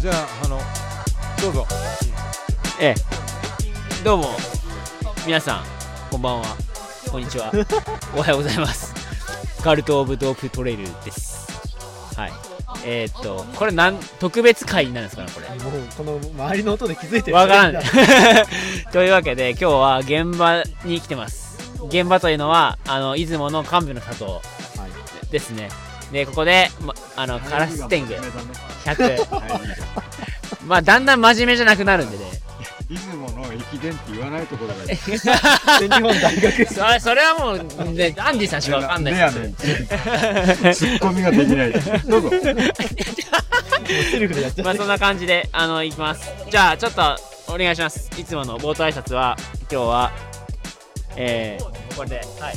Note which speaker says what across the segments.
Speaker 1: じゃああのどうぞ
Speaker 2: ええどうも皆さんこんばんはこんに ちはおはようございますカルト・オブ・ドープ・トレイルですはいえー、っとこれなん特別会になるんですかねこれ
Speaker 3: もうこの周りの音で気づいてる
Speaker 2: わからん というわけで今日は現場に来てます現場というのはあの出雲の神戸の里
Speaker 3: はい
Speaker 2: ですねでここで、ま、あのカラス天狗100まあだんだん真面目じゃなくなるんでね
Speaker 4: 出雲の駅伝って言わないところがいい。
Speaker 3: 全日本大学
Speaker 2: それそれはもう、ね、アンディさんしかわかんない
Speaker 4: ね
Speaker 2: で
Speaker 4: や
Speaker 2: す
Speaker 4: ねん。ツッコミができない。どうぞ。
Speaker 3: セルフでやっち
Speaker 2: ま
Speaker 3: ゃっ
Speaker 2: あ
Speaker 3: て
Speaker 2: そんな感じであの行きますじゃあちょっとお願いしますいつもの冒頭挨拶は今日はえー、これではい、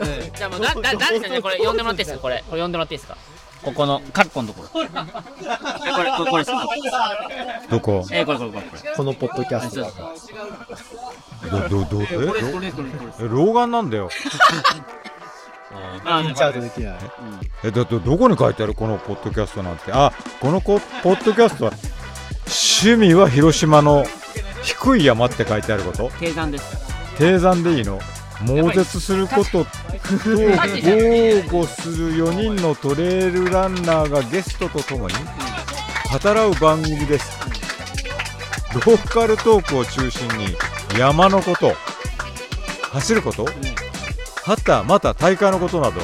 Speaker 2: うん、じゃあもうなな何ですかねこれ呼んでもらっていいですかこれこれ呼んでもらっていいですかここのカッコのところえこれこれこれです
Speaker 1: どこ
Speaker 2: えこれこれこれこれ
Speaker 3: このポッドキャストが
Speaker 1: どどどええ老眼なんだよ
Speaker 2: あ
Speaker 3: ピンチャートできない
Speaker 1: えだってどこに書いてあるこのポッドキャストなんてあこのこポッドキャストは趣味は広島の低い山って書いてあること
Speaker 2: 計算です
Speaker 1: 低山でいいの猛絶することと 豪語する4人のトレイルランナーがゲストとともに語らう番組ですローカルトークを中心に山のこと走ることはたまた大会のことなど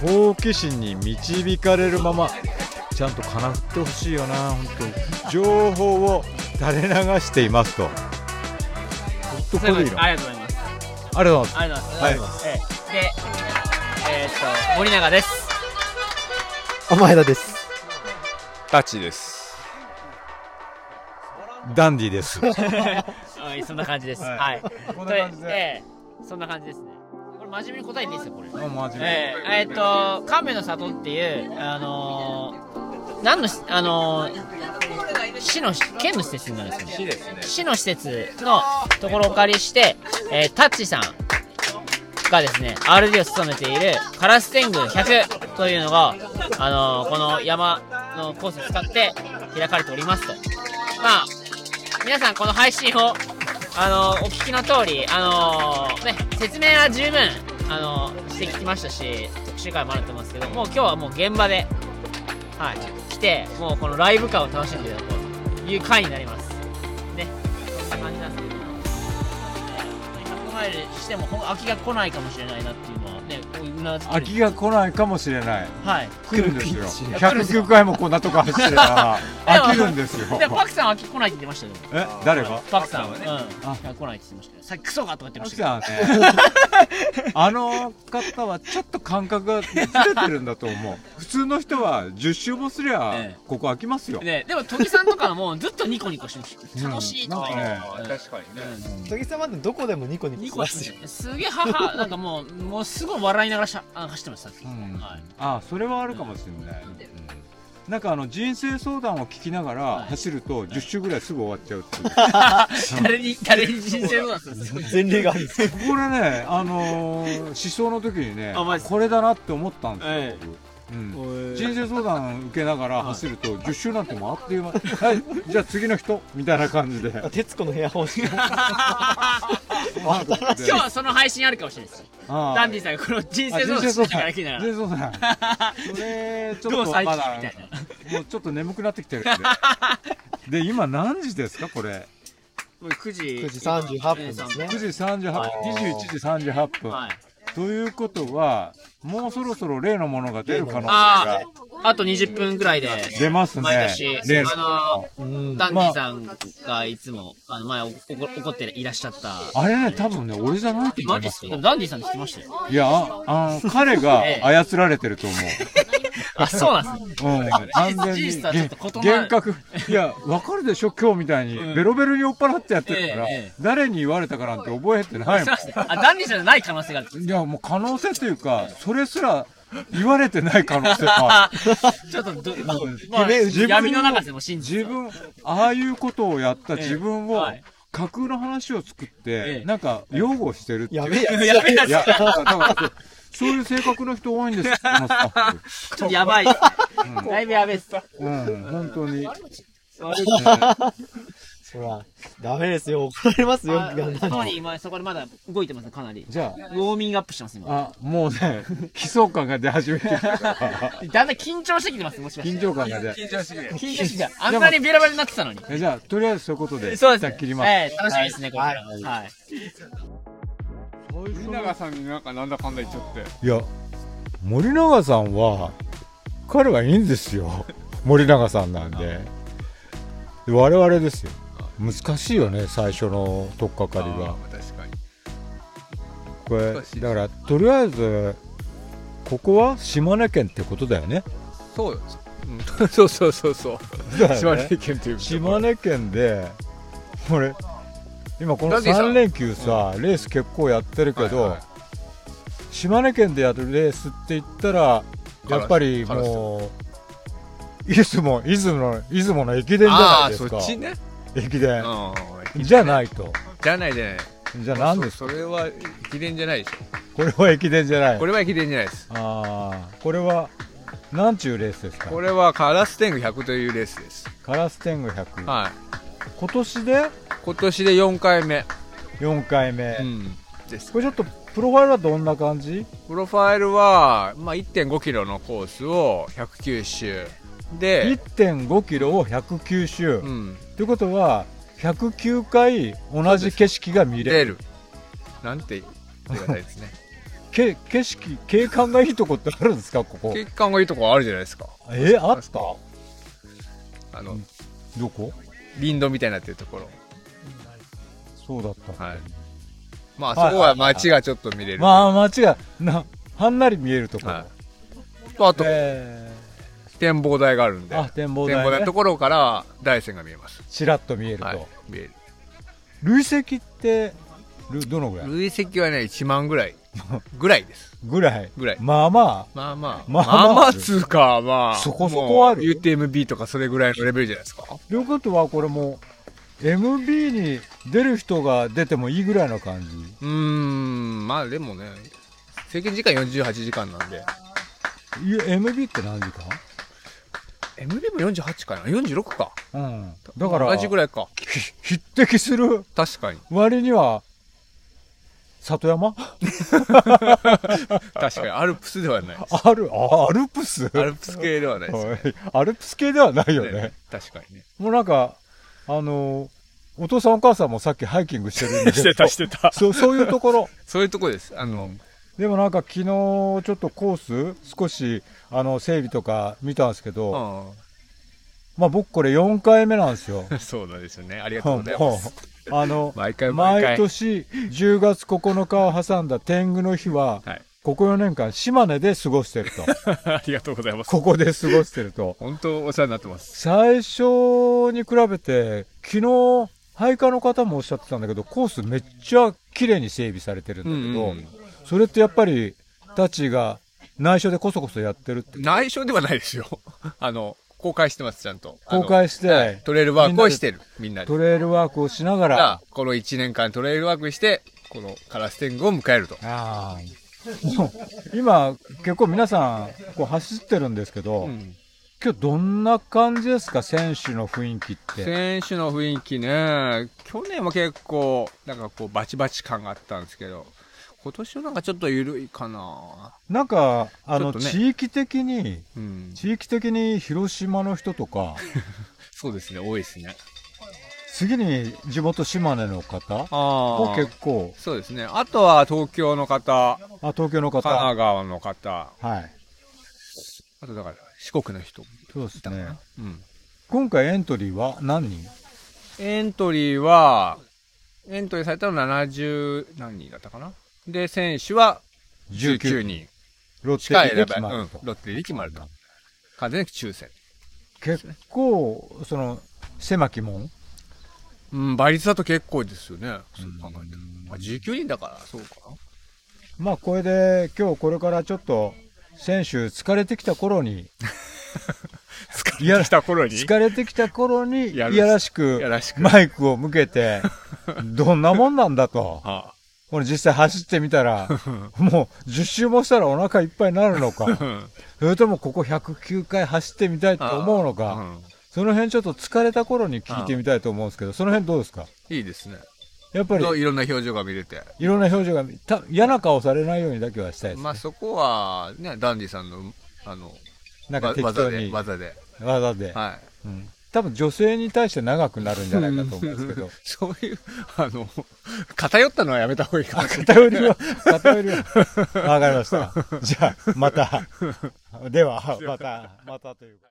Speaker 1: 好奇心に導かれるままちゃんとかなってほしいよな本当情報を垂れ流していますと。ほんとこ
Speaker 2: 最
Speaker 1: れ
Speaker 2: 後
Speaker 1: でい
Speaker 2: で
Speaker 1: い
Speaker 2: す
Speaker 1: の
Speaker 2: ありがとうございます
Speaker 1: ありがとうございます。
Speaker 2: ありがとうご
Speaker 1: は
Speaker 2: ざい
Speaker 1: い
Speaker 2: ます、ええでえー、っと森永です
Speaker 3: お前だです
Speaker 5: タッチです。
Speaker 1: ダンディです。
Speaker 2: はい、そんな感じです。
Speaker 4: はい
Speaker 2: はい。
Speaker 4: こんな感じで
Speaker 2: ええそんな感じですね。これ真面目に答えていいですよ、これ。
Speaker 4: 真
Speaker 2: えええーっと、亀の里っていう、あのー、何のし、あのー、市のし、県の施設になるんですかね。
Speaker 5: ですね
Speaker 2: 市の施設のところをお借りして、えー、タッチさんがですね、RD を務めているカラス天狗100というのが、あのー、この山のコースを使って開かれておりますと。まあ、皆さんこの配信を、あのー、お聞きの通り、あのー、ね、説明は十分、あのー、してきましたし、特集会もあると思うんですけど、もう今日はもう現場で、はい、来て、もうこのライブ感を楽しんでいただこうという回になります。ね、そんな感じなんですけど、ね100マイルしてもほん飽きが来ないかもしれないなっていうのはね、こううなずける
Speaker 1: 飽きが来ないかもしれない。
Speaker 2: はい。
Speaker 1: 来るんですよ。
Speaker 3: 来
Speaker 1: 109回もこんなとこ走ってたら飽きるんですよ。
Speaker 2: でもパクさんは飽き来ないって言ってましたよ。でも
Speaker 1: え、誰が？
Speaker 2: パクさんはね、
Speaker 5: ね
Speaker 2: うん、
Speaker 1: あ
Speaker 2: 飽き来ないって言ってましたよ。さっきクソがとか言ってま
Speaker 1: マ
Speaker 2: し
Speaker 1: キ
Speaker 2: たけど。
Speaker 1: さんね、あの方はちょっと感覚がずれてるんだと思 う。普通の人は10周もすりゃ
Speaker 2: え
Speaker 1: ここ飽きますよ。
Speaker 2: ね、でも、とぎさんとかはもうずっとニコニコしてる。
Speaker 1: うん
Speaker 2: 楽しいとか言
Speaker 1: なん
Speaker 5: あ
Speaker 2: う
Speaker 5: 確かにね。
Speaker 2: うん
Speaker 3: 研ぎさんはどこでもニコニコ
Speaker 2: ニ
Speaker 3: し
Speaker 2: コ
Speaker 3: ま
Speaker 2: し
Speaker 3: す
Speaker 2: て
Speaker 3: よ
Speaker 2: るすげえ母なんかもうもうすごい笑いながらしゃあ走ってましたさっき、
Speaker 1: うん
Speaker 2: はい
Speaker 1: あ、それはあるかもしれない。うんなんかあの人生相談を聞きながら走ると10周ぐらいすぐ終わっちゃうっていう。
Speaker 2: 誰に誰に人生相 談するんですか
Speaker 3: 前例があるんですよ
Speaker 1: これね、あのー、思想の時にね
Speaker 2: あマジっ、す
Speaker 1: これだなって思ったんですよ、
Speaker 2: え
Speaker 1: 僕うん、人生相談受けながら走ると、10周なんてもうあっという間、はい、 じゃあ次の人みたいな感じで、
Speaker 3: あ徹子の部屋方式
Speaker 1: 今
Speaker 2: 今日はその配信あるかもしれないですダンディさんがこの人生相談しながら行きながら
Speaker 1: 人生相談、それ、ちょっ
Speaker 2: どう
Speaker 1: と
Speaker 2: 最
Speaker 1: ま
Speaker 2: 近
Speaker 1: だ
Speaker 2: みたいな、
Speaker 1: もうちょっと眠くなってきてるんで、で今、何時ですか、これ、
Speaker 2: もう9時
Speaker 3: 9時38分ですね
Speaker 1: 9時38
Speaker 3: あー
Speaker 1: 21時38分。
Speaker 2: はい
Speaker 1: ということは、もうそろそろ例のものが出る可能性
Speaker 2: あ
Speaker 1: が
Speaker 2: ああと20分ぐらいで
Speaker 1: 出ますね。
Speaker 2: 毎年、
Speaker 1: 例の
Speaker 2: あ
Speaker 3: う
Speaker 2: の
Speaker 3: ん
Speaker 2: ダンディさんがいつもあの前おこ怒っていらっしゃった
Speaker 1: あれね、多分ね、俺じゃないと思
Speaker 2: マ
Speaker 1: い
Speaker 2: ジっ
Speaker 1: ますす
Speaker 2: か
Speaker 1: よ。
Speaker 2: ダンディさんって言ってましたよ
Speaker 1: いや、ああの、彼が
Speaker 2: ええ
Speaker 1: 操られてると思
Speaker 2: あそうなんですね
Speaker 1: う。うん、完
Speaker 2: 事
Speaker 1: 全に
Speaker 2: 実はちょっと異なる
Speaker 1: げ幻覚。いや、わかるでしょ今日みたいに、
Speaker 2: うん
Speaker 1: ベロベロに酔っ払ってやってるから
Speaker 2: ええええ、
Speaker 1: 誰に言われたかなんて覚えてない
Speaker 2: すいません
Speaker 1: も
Speaker 2: あダンディさんじゃない可能性がある
Speaker 1: ん。いや、もう可能性というか、それすら言われてない可能性が。
Speaker 2: あ ちょっとど、まあ
Speaker 1: 夢自分の
Speaker 2: 闇の中でも信じて
Speaker 1: 自
Speaker 2: た
Speaker 1: 分、ああいうことをやった自分
Speaker 2: ええ
Speaker 1: を
Speaker 2: はい、
Speaker 1: 架空の話を作っ
Speaker 2: え
Speaker 1: て
Speaker 2: え、
Speaker 1: なんか、擁護してるっていう
Speaker 3: や
Speaker 1: か
Speaker 3: べえやつ
Speaker 1: いや、だから、そういう性格の人多いんです。このスタッフ
Speaker 2: ちょっとやばい。だいぶやべえっす。
Speaker 1: うん、本当に。
Speaker 3: ほら、ダメですよ。怒られますよ。
Speaker 2: あ
Speaker 3: 頑張
Speaker 2: そ
Speaker 3: っ
Speaker 2: う
Speaker 3: て
Speaker 2: に今、そこでまだ動いてますね、かなり。
Speaker 1: じゃ
Speaker 2: ウォーミングアップしてます、今。
Speaker 1: あ、あ、もうね、悲壮感が出始めてる。
Speaker 2: だんだん緊張してきてます、もしかして。
Speaker 1: 緊張感が出。
Speaker 2: 緊張してきた。あんなにベラベラになってたのに。
Speaker 1: えじゃあ、とりあえずそういうことで、
Speaker 2: そうです
Speaker 1: さっ
Speaker 2: ね。
Speaker 1: きります。
Speaker 2: ええ、楽しみですね、これから。はい。
Speaker 5: みんながさんになんかなんだかんだ言っちゃって。
Speaker 1: いや、森永さんは、彼はいいんです よ。森永さんなんで。で我々ですよ。難しいよね、最初の取っかかりが。
Speaker 5: あー確かに。
Speaker 1: これ
Speaker 5: 難しい
Speaker 1: だからとりあえずここは島根県ってことだよね
Speaker 5: そうよ。うん そうそうそう そう。島根県という。
Speaker 1: 島根県で俺今この
Speaker 5: ラグビーさん
Speaker 1: 3連休さ、レース結構やってるけど、
Speaker 5: はいはい
Speaker 1: 島根県でやるレースって言ったらやっぱり
Speaker 5: カラス
Speaker 1: もう出雲出雲の出雲の駅伝じゃ
Speaker 5: あ
Speaker 1: ない
Speaker 5: あ、
Speaker 1: です
Speaker 5: そっ
Speaker 1: か
Speaker 5: ちね。
Speaker 1: 駅
Speaker 5: う
Speaker 1: 伝
Speaker 5: ん。
Speaker 1: じゃないと
Speaker 5: じゃないじゃない。
Speaker 1: じゃあ何です
Speaker 5: それは駅伝じゃないでしょ。
Speaker 1: これは駅伝じゃない
Speaker 5: これは駅伝じゃないです。
Speaker 1: ああこれは何ちゅうレースですか
Speaker 5: これはカラステング100というレースです。
Speaker 1: カラス天狗100、
Speaker 5: はい。
Speaker 1: 今年で
Speaker 5: 今年で4回目。
Speaker 1: 4回目、
Speaker 5: うん。です。
Speaker 1: これちょっとプロファイルはどんな感じ
Speaker 5: プロファイルは、まあ、1.5キロのコースを109周。で、
Speaker 1: 1 5キロを109周、
Speaker 5: う
Speaker 1: っ
Speaker 5: ん。
Speaker 1: てことは109回同じ景色が見れ
Speaker 5: 出
Speaker 1: る
Speaker 5: る。なんて言い方で すね。
Speaker 1: け景色景観がいいとこってあるんですかここ
Speaker 5: 景観がいいとこあるじゃないですか。
Speaker 1: えあったど
Speaker 5: あの、
Speaker 1: こ
Speaker 5: 林道みたいになってるところ。
Speaker 1: そうだった、
Speaker 5: はい。まあ、そこは街がちょっと見れる。
Speaker 1: まあ間違いなはんなり見えるところ、
Speaker 5: はい。と、あと、
Speaker 1: え
Speaker 5: 展望台があるんで。
Speaker 1: ーあ展望
Speaker 5: 展望
Speaker 1: 台、
Speaker 5: 台の
Speaker 1: ね
Speaker 5: と、ころから大山が見えます。
Speaker 1: ちらっと見えると、
Speaker 5: はい。見える。
Speaker 1: 累積ってるどのぐらい
Speaker 5: 累積はね、1万ぐらい。 ぐらいです。
Speaker 1: ぐらい
Speaker 5: ぐらい
Speaker 1: まあま
Speaker 5: まあまあ。
Speaker 1: ま
Speaker 5: ま
Speaker 1: あ
Speaker 5: あ
Speaker 1: まあ
Speaker 5: まあまあ、つうか、まあ。
Speaker 1: そこそこある
Speaker 5: もう UTMB とかそれぐらいのレベルじゃないですか。
Speaker 1: あということはこれもう MB に出る人が出てもいいぐらいの感じ
Speaker 5: うーん、まあでもね、制限時間48時間なんで。
Speaker 1: いや MB って何時間
Speaker 5: MB も48かな ?46 か。
Speaker 1: うんだから
Speaker 5: 同じぐらい か。
Speaker 1: ひ匹敵する
Speaker 5: 確かに。
Speaker 1: 割には里山
Speaker 5: 確かに。アルプスではない。
Speaker 1: あるあアルプス
Speaker 5: アルプス系ではないですね。
Speaker 1: はいアルプス系では ないよね
Speaker 5: ね確かにね。
Speaker 1: もうなんかあのお父さんお母さんもさっきハイキングしてるんで
Speaker 5: してたして た。
Speaker 1: そうそういうところ
Speaker 5: そういうとこです。あの、
Speaker 1: でもなんか昨日ちょっとコース少しあの整備とか見たんですけど、
Speaker 5: う
Speaker 1: まあ僕これ4回目なんですよ。
Speaker 5: ん。そうなんですよね。ありがとう
Speaker 1: も
Speaker 5: ございます。
Speaker 1: うあの
Speaker 5: 毎回毎
Speaker 1: 毎
Speaker 5: 回。
Speaker 1: 年10月9日を挟んだ天狗の日は、
Speaker 5: はい。
Speaker 1: ここ4年間島根で過ごしてると。
Speaker 5: ありがとうございます。
Speaker 1: ここで過ごしてると。
Speaker 5: 本当お世話になってます。
Speaker 1: 最初に比べて、昨日、配下の方もおっしゃってたんだけど、コースめっちゃ綺麗に整備されてるんだけど、
Speaker 5: うんうん
Speaker 1: それってやっぱり、たちが内緒でこそこそやってるって。
Speaker 5: 内緒ではないですよ。あの、公開してます、ちゃんと。あの
Speaker 1: 公開して
Speaker 5: はいトレイルワークをしてる。みんなで。
Speaker 1: トレイルワークをしながら、
Speaker 5: が、この1年間トレイルワークして、このカラス天狗を迎えると。
Speaker 1: ああ。もう今、結構皆さん、こう走ってるんですけど、
Speaker 5: うん
Speaker 1: 今日どんな感じですか、選手の雰囲気って。
Speaker 5: 選手の雰囲気ね、去年は結構、なんかこう、バチバチ感があったんですけど、今年はなんかちょっと緩いかな。
Speaker 1: なんか、あ
Speaker 5: ちょ
Speaker 1: の、
Speaker 5: っとね
Speaker 1: 地域的に、
Speaker 5: うん。
Speaker 1: 地域的に広島の人と か、
Speaker 5: そうですね、多いですね。
Speaker 1: 次に地元島根の方
Speaker 5: あ
Speaker 1: も
Speaker 5: あ。
Speaker 1: 結構、
Speaker 5: そうですね。あとは東京の方、
Speaker 1: あ、東京の方、
Speaker 5: 神奈川の方、
Speaker 1: はい。
Speaker 5: あとだから四国の人も
Speaker 1: そうで
Speaker 5: いた
Speaker 1: す
Speaker 5: か
Speaker 1: ね
Speaker 5: な。。うん。
Speaker 1: 今回エントリーは何人
Speaker 5: エントリーは、エントリーされたの70何人だったかなで、選手は19。人。
Speaker 1: ロ
Speaker 5: しか
Speaker 1: ッテ
Speaker 5: 選
Speaker 1: で
Speaker 5: べ
Speaker 1: 決
Speaker 5: な
Speaker 1: ま
Speaker 5: い。う
Speaker 1: る
Speaker 5: ん
Speaker 1: と。。
Speaker 5: ロッテで決まると。完全に抽選。
Speaker 1: 結構、その、狭き門
Speaker 5: うん、倍率だと結構ですよね。そう考えたら。まあ、19人だから、そうか
Speaker 1: まあこれで今日これからちょっと選手疲れてきた頃 に
Speaker 5: な。やらした頃に。
Speaker 1: 疲れてきた頃にいや
Speaker 5: やる
Speaker 1: らしく
Speaker 5: やらし く
Speaker 1: マイクを向けてどんなもんなんだと
Speaker 5: は
Speaker 1: 俺実際走ってみた ら、もう10周もしたらお腹いっぱいになるのか、それともここ109回走ってみたいと思うの
Speaker 5: う
Speaker 1: か、
Speaker 5: ん
Speaker 1: その辺ちょっと疲れた頃に聞いてみたいと思うんですけど、その辺どうですか
Speaker 5: いいですね。
Speaker 1: やっぱり
Speaker 5: いろんな表情が見れて。
Speaker 1: いろんな表情が見た嫌な顔されないようにだけはしたいです、ね
Speaker 5: まあそこは、ね、ダンディさんの、あの、
Speaker 1: なんか
Speaker 5: わ
Speaker 1: 適
Speaker 5: 技
Speaker 1: 当
Speaker 5: で、
Speaker 1: に
Speaker 5: 技で。
Speaker 1: 技で、
Speaker 5: はい。
Speaker 1: うん多分女性に対して長くなるんじゃないかと思うんですけど
Speaker 5: そういう、あの、 偏ったのはやめた方がいいかもしれない。
Speaker 1: 偏り は偏りはわかりましたじゃあまたではまたまたというか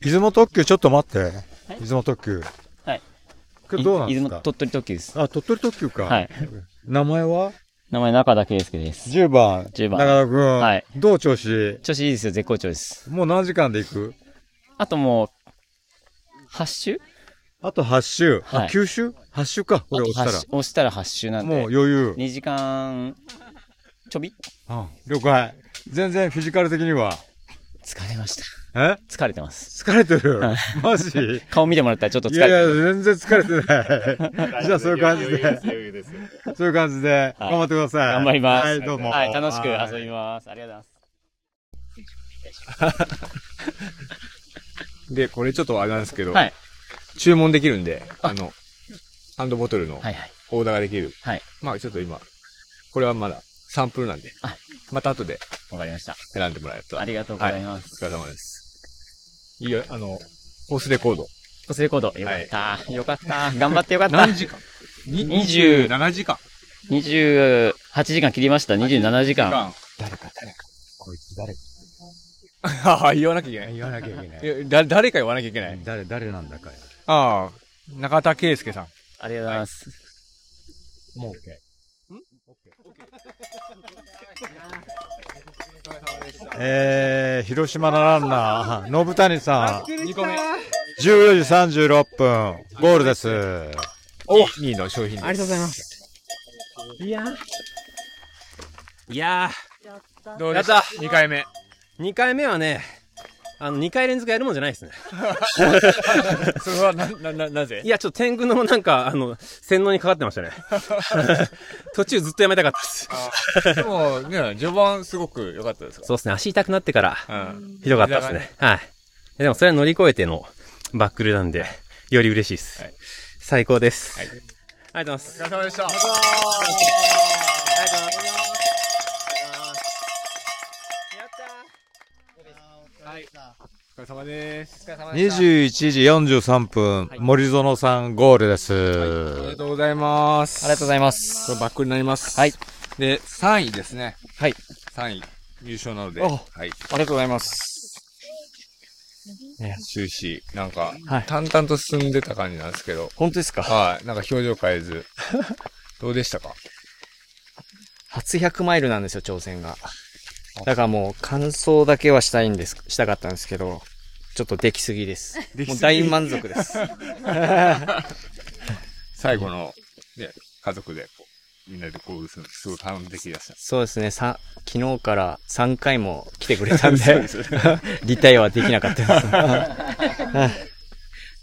Speaker 1: 出雲特急ちょっと待って出雲特急
Speaker 6: はい
Speaker 1: これどうなんです
Speaker 6: 出雲
Speaker 1: か
Speaker 6: 鳥取特急です。
Speaker 1: あ鳥取特急か、
Speaker 6: はい。
Speaker 1: 名前は
Speaker 6: 名前中田圭介です。
Speaker 1: 10番
Speaker 6: 10番
Speaker 1: 中田君、
Speaker 6: はい
Speaker 1: どう調子
Speaker 6: 調子いいですよ、絶好調です。
Speaker 1: もう何時間で行く
Speaker 6: あともう、8周
Speaker 1: あと8周、
Speaker 6: は
Speaker 1: あ
Speaker 6: い
Speaker 1: 9周 ?8 周かこれ押した
Speaker 6: 8押したら8周な
Speaker 1: ら
Speaker 6: ん
Speaker 1: もう
Speaker 6: で、
Speaker 1: 余裕
Speaker 6: 2時間ちょび
Speaker 1: 了解。全然フィジカル的には。
Speaker 6: 疲れました。
Speaker 1: え
Speaker 6: 疲れてます。
Speaker 1: 疲れてる
Speaker 6: はい。
Speaker 1: マジ
Speaker 6: 顔見てもらったらちょっと
Speaker 1: い
Speaker 6: 疲れ
Speaker 1: やい
Speaker 6: て
Speaker 1: や、全然疲れて ない。じゃあそういう感じで、
Speaker 4: 余裕ですよ
Speaker 1: そういう感じで、
Speaker 6: は
Speaker 1: 頑
Speaker 6: い
Speaker 1: 張ってください。
Speaker 6: 頑張ります。
Speaker 1: はい、どうも。
Speaker 6: はい、楽しく遊びます。ありがとうございます。
Speaker 5: で、これちょっとあれなんですけど、
Speaker 6: はい
Speaker 5: 注文できるんで、あの、ハンドボトルの
Speaker 6: はいはい。
Speaker 5: オーダーができる。
Speaker 6: はい
Speaker 5: まあちょっと今、これはまだサンプルなんで、
Speaker 6: はい
Speaker 5: また後で
Speaker 6: わかりました。
Speaker 5: 選んでもらえると。
Speaker 6: ありがとうございます。
Speaker 5: お疲れ様です。いいよ、あの、ホースレコード。
Speaker 6: コスレコード。よかった。よかった。頑張ってよかった。
Speaker 5: 時間
Speaker 6: 20
Speaker 5: ?7 時間。
Speaker 6: 28時間切りました。27時間。
Speaker 1: こいつ誰
Speaker 5: あ あ、言わなきゃいけない。
Speaker 1: 言わなきゃいけない
Speaker 5: やだ誰か言わなきゃいけない。
Speaker 1: 誰、誰なんだかよ。
Speaker 5: ああ、中田圭介さん。
Speaker 6: ありがとうございます。
Speaker 1: もう OK。えー、広島のランナー、信谷さん、
Speaker 5: 2個目。
Speaker 1: 14時36分、ゴールです。
Speaker 5: お !2 位の商品です。
Speaker 7: ありがとうございます。いや
Speaker 5: どうでした ?2 回目。
Speaker 7: ー、2回目はね、あの、2回連続やるもんじゃない ですね。
Speaker 5: それはな、な、な、なぜ
Speaker 7: いや、ちょっと天狗のなんか、あの、洗脳にかかってました ね。途中ずっとやめたかったです。
Speaker 5: でもね、序盤すごく良かったですか
Speaker 7: そうですね、足痛くなってから、
Speaker 5: ら。うん。
Speaker 7: ひどかったですね。はい。でもそれは乗り越えてのバックルなんで、より嬉しいです。
Speaker 5: はい
Speaker 7: 最高です。
Speaker 5: はい
Speaker 7: ありがとうございます。
Speaker 5: お疲れ様でした。お疲れ様です。
Speaker 1: 21時43分、森園さんゴールです。
Speaker 5: おめでとうございます。
Speaker 6: ありがとうございます。
Speaker 5: これバックルになります。
Speaker 6: はい。
Speaker 5: で、3位ですね。
Speaker 6: はい。
Speaker 5: 3位。優勝なので。
Speaker 6: お
Speaker 5: はい。
Speaker 6: ありがとうございます。
Speaker 5: 終始、なんか
Speaker 6: はい、
Speaker 5: 淡々と進んでた感じなんですけど。
Speaker 6: 本当ですか
Speaker 5: はい。なんか表情変えず。どうでしたか
Speaker 3: 初100マイルなんですよ、挑戦が。だからもう、感想だけはしたいんです、したかったんですけど、ちょっとできすぎです。もう大満足です。
Speaker 5: 最後の、ね、家族で、こう、みんなでゴールするのすごい頼んできだした。
Speaker 3: そうですね、さ、昨日から3回も来てくれ たんで、 リタイアはできなかったで す。あ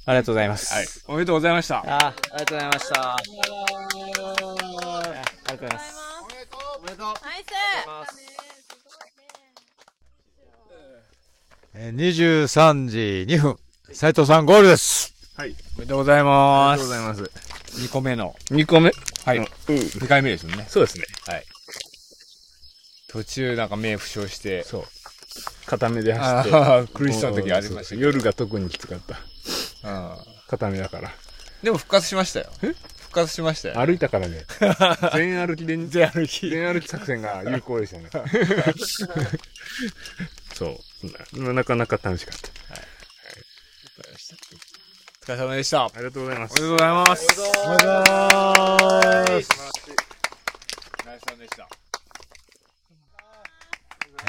Speaker 3: りがとうございます。
Speaker 5: はい。おめでとうございました。
Speaker 3: あありがとうございました。ありがとうございます。
Speaker 1: えー23時2分、斉藤さんゴールです。
Speaker 5: おめでとうございます。ありがとうございます。2個目の。2個目はい。2回目ですよね。
Speaker 7: そうですね。
Speaker 5: 途中なんか目負傷して。そう。
Speaker 4: 固めで走って。
Speaker 5: ああ、苦しさの時ありましたけど。
Speaker 4: 夜が特にきつかった。
Speaker 5: うん
Speaker 4: 固めだから。
Speaker 5: でも復活しましたよ。復活しましたよ。
Speaker 4: 歩いたからね。全歩きで、全歩き。全歩き作戦が有効で したね。 そう。ななかなか楽しかった。
Speaker 5: お疲れ様でした。あ
Speaker 4: ありがとうございます
Speaker 5: り。がとうございます。
Speaker 1: おめでとうございます。
Speaker 5: ナイスさんでした。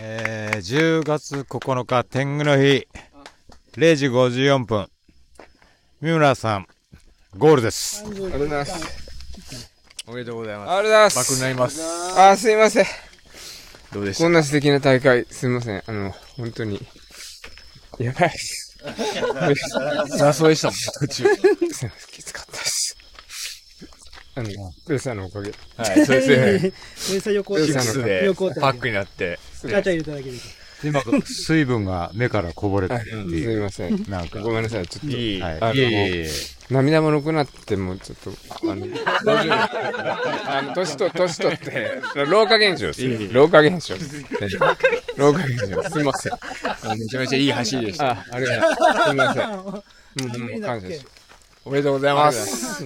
Speaker 1: えー10月9日、天狗の日、0時54分、三村さん、ゴールです。
Speaker 4: ありがとうございます。
Speaker 5: おめでとうございます。
Speaker 8: ありがとうございま
Speaker 5: バックに
Speaker 8: す。
Speaker 5: なります。
Speaker 8: あー、すいません。
Speaker 5: どうでし
Speaker 8: こんな素敵な大会、すいません。あの、本当に。やばいっす。
Speaker 5: たそうでしたもん、途中。
Speaker 8: すいません、きつかったです。
Speaker 9: あの、ベースさんのおかげ。
Speaker 5: はい、そ うですね。
Speaker 10: 連鎖横
Speaker 9: う
Speaker 5: シ
Speaker 9: ん
Speaker 5: ックスで
Speaker 10: 横
Speaker 5: パックになって。
Speaker 10: ガチャ入れただけでいいか
Speaker 1: 今、水分が目からこぼれて
Speaker 9: はい
Speaker 1: る
Speaker 9: す
Speaker 1: っていう。
Speaker 9: みません。
Speaker 1: なんか、
Speaker 9: ごめんなさい。ちょっと、
Speaker 5: いい。
Speaker 1: はい
Speaker 9: あの
Speaker 5: いえいえいえ
Speaker 9: 涙もろくなっても、ちょっと、あの、大丈夫。あの、年と、年とって、老化現象です。老化現象です。老化現象すみません。
Speaker 5: あのめちゃめちゃいい走りでした。
Speaker 9: あ、ありがとうございます。すみません。うん、うん感謝です。
Speaker 5: おめでとうございます。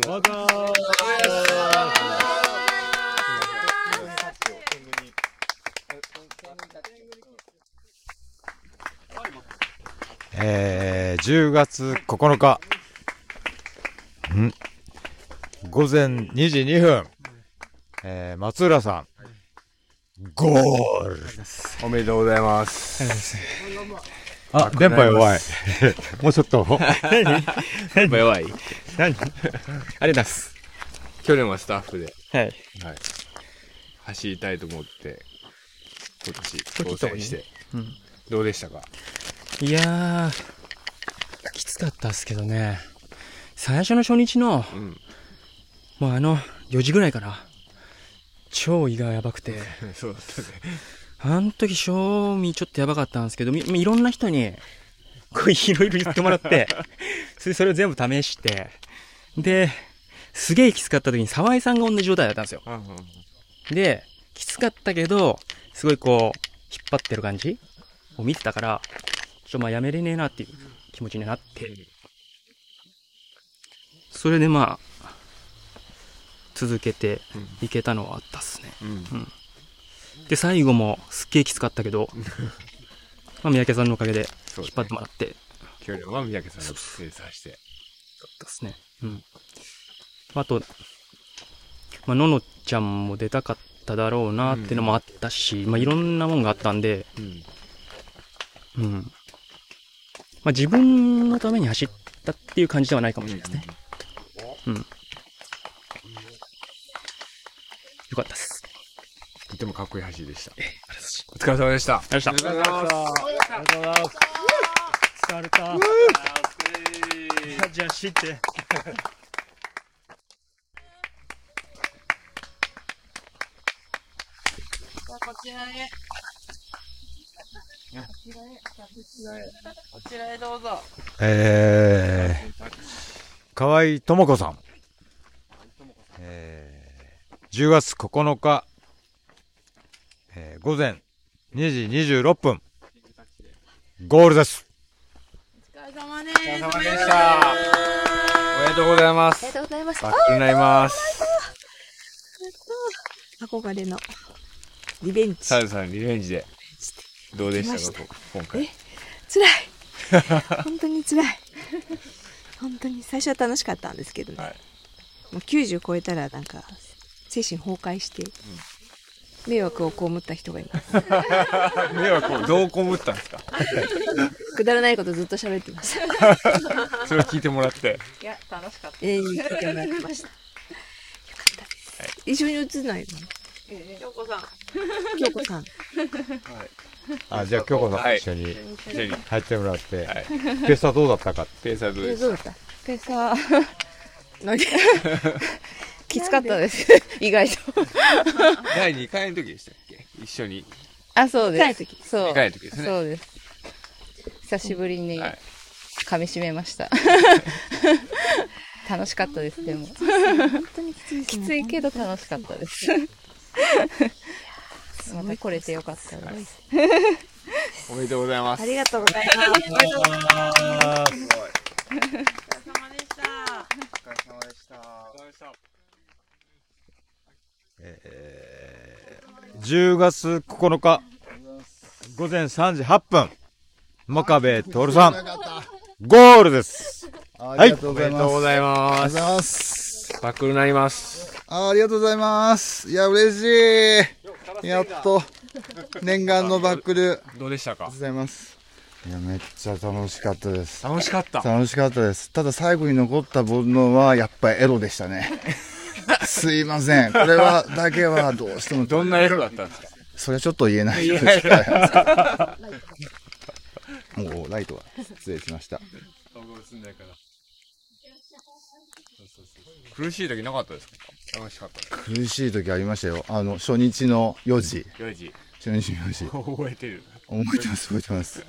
Speaker 1: えー、10月9日、ん午前2時2分、えー、松浦さん、ゴール
Speaker 5: おめでとうございます。
Speaker 1: あ、電波弱い。もうちょっ と。
Speaker 5: やっぱ弱い。
Speaker 11: ありがとうございます。
Speaker 5: 去年はスタッフで
Speaker 11: はい。
Speaker 5: 走りたいと思って、今年挑戦して。どうでしたか
Speaker 7: いやー、きつかったっすけどね。最初の初日の、
Speaker 5: ん
Speaker 7: もうあの、4時ぐらいから、超胃がやばくて、
Speaker 5: そうだったね。
Speaker 7: あの時、賞味ちょっとやばかったんですけど、みいろんな人に、こういろいろ言ってもらっ て、それそれを全部試して、で、すげえきつかった時に沢井さんが同じ状態だったんですよ。で、きつかったけど、すごいこう、引っ張ってる感じを見てたから、ちょっとまあやめれねえなっていう気持ちになって、それでまあ、続けていけたのはあったっすね。うんで、最後もすっげえきつかったけど、 まあ三宅さんのおかげで
Speaker 5: そう
Speaker 7: 引っ
Speaker 5: ね
Speaker 7: 張ってもらって、だっ
Speaker 5: 去年は三宅さんが制作して。
Speaker 7: たっすね。うん。あと、まあ、ののちゃんも出たかっただろうなってのもあったし、まあいろんなもんがあったんで、
Speaker 5: うん。
Speaker 7: うん。まあ、自分のために走ったっていう感じではないかもしれないですね。うん。よかったです。
Speaker 5: とてもかっこいい走りでした。お疲れ様でした。
Speaker 7: ありがとうございました。
Speaker 10: ら。疲れた。じゃあ、知って。
Speaker 1: えー、河合智子さん、えー、10月9日、えー、午前2時26分、ゴールです。
Speaker 5: お疲れ様でした。おめでとうございます。ありがとうございます。バックになります。
Speaker 12: 憧れのリベンジ
Speaker 5: サルさん、リベンジで。どうでしたか、こ今回。
Speaker 12: 辛い本当に辛い 本当に最初は楽しかったんですけどね、
Speaker 5: はい
Speaker 12: もう90超えたらなんか精神崩壊して迷惑を被った人がいます
Speaker 5: 迷惑をどうこむったん ですか
Speaker 12: くだらないことずっと喋ってます
Speaker 5: それを聞いてもらって。
Speaker 12: 永遠に聞いてもらってま したよかったです、一緒に映んないの京子さん京子さん
Speaker 1: あ、じゃあ今日こ
Speaker 5: は
Speaker 1: そ
Speaker 5: い
Speaker 1: 一緒に
Speaker 5: ぜひ、
Speaker 1: 入ってもらって、
Speaker 5: はい
Speaker 1: ペースはどうだったか。
Speaker 5: ペーサーどう
Speaker 12: え
Speaker 5: です
Speaker 12: どうだったペーサー なんできつかったです 意外と
Speaker 5: 第2回の時でしたっけ一緒に。
Speaker 12: あ、そうです。そう。
Speaker 5: 二回の時ですね
Speaker 12: そうです。久しぶりに
Speaker 5: はい
Speaker 12: 噛み締めました。楽しかったです、でも。本当にきついきついけど楽しかったです。また来れてよかったです。
Speaker 5: おめでとうございます。
Speaker 12: りがとうございます。
Speaker 1: 10月9日、午前3時8分、真壁徹さん、ゴールです。
Speaker 10: ありがとう
Speaker 5: お
Speaker 10: ござ
Speaker 5: め
Speaker 10: い
Speaker 5: で
Speaker 10: ます。
Speaker 5: とうござい
Speaker 10: あ
Speaker 5: ま
Speaker 10: りがと
Speaker 5: す。
Speaker 10: うございます。
Speaker 5: バックルになります。
Speaker 10: あありがとうございます。いや、嬉しい。やっと、念願のバックル。ありがと
Speaker 5: どうでした
Speaker 10: う
Speaker 5: か
Speaker 10: ございます。
Speaker 1: いや、めっちゃ楽しかったです。
Speaker 5: 楽しかった。
Speaker 10: 楽しかったです。ただ最後に残った煩悩は、やっぱりエロでした ね。すいません。これは、だけはどうしても、
Speaker 5: どんなエロだったんですか
Speaker 10: それはちょっと言えないです。 はいおお、ライトが失礼しました。
Speaker 5: 苦しい時なかったですか楽しかったです
Speaker 10: 苦しい時ありましたよ。あの、初日の4時。
Speaker 5: 4時
Speaker 10: 初日の4時。
Speaker 5: 覚えてる
Speaker 10: 覚えてます、覚えてます。